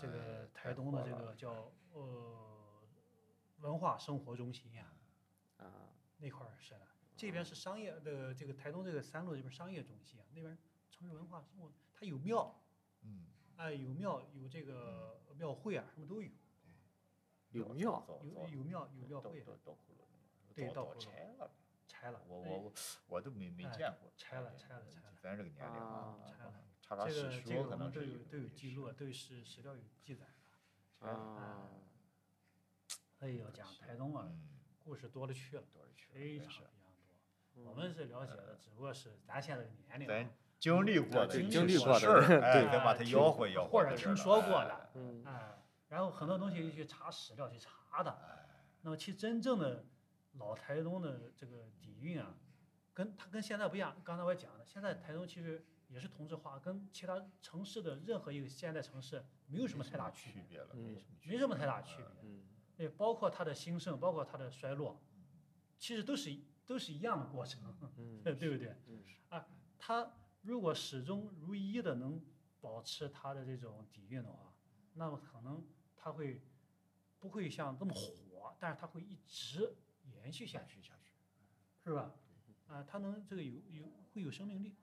这哎个太台东火的这了个叫呃文化生活中心呀、啊那块儿是的。这边是商业的，这个台东这个三路这边商业中心啊，那边城市文化生活，它有庙，嗯，哎、有庙，有这个庙会啊，什么都有，有走庙走有走有庙有嗯庙都会，都都窟窿，对都都都窟窿拆了，拆了。我哎我我我都没没哎见过，拆了哎拆了拆了咱这个年龄啊，啊啊拆了，查查这史个书这个可我能们都是有都有历记史录，都有史史料有记载的。拆了嗯啊，哎呦，讲台东啊，嗯，故事多了去了，多少去了，非真常是非常多。嗯我们是了解的，只不过是咱现在这个年龄啊，咱经历过的对一经些历过的事儿，对哎，再啊把它听吆喝吆喝或在者这听儿说了过哎的，嗯哎，然后很多东西去查史料去查的。那么其实真正的老台东的这个底蕴啊，跟它跟现在不一样。刚才我也讲了，现在台东其实也是同质化，跟其他城市的任何一个现代城市没有什么太大区区别，别了，嗯没什么区没别什么太大区别。嗯对，包括它的兴盛，包括它的衰落，其实都是一都是一样的过程，嗯 对不对？嗯它如果始终如一的能保持它的这种底蕴的话，那么可能它会不会像这么火，但是它会一直延续下下去，去下去，是吧？啊、它能这个有有会有生命力，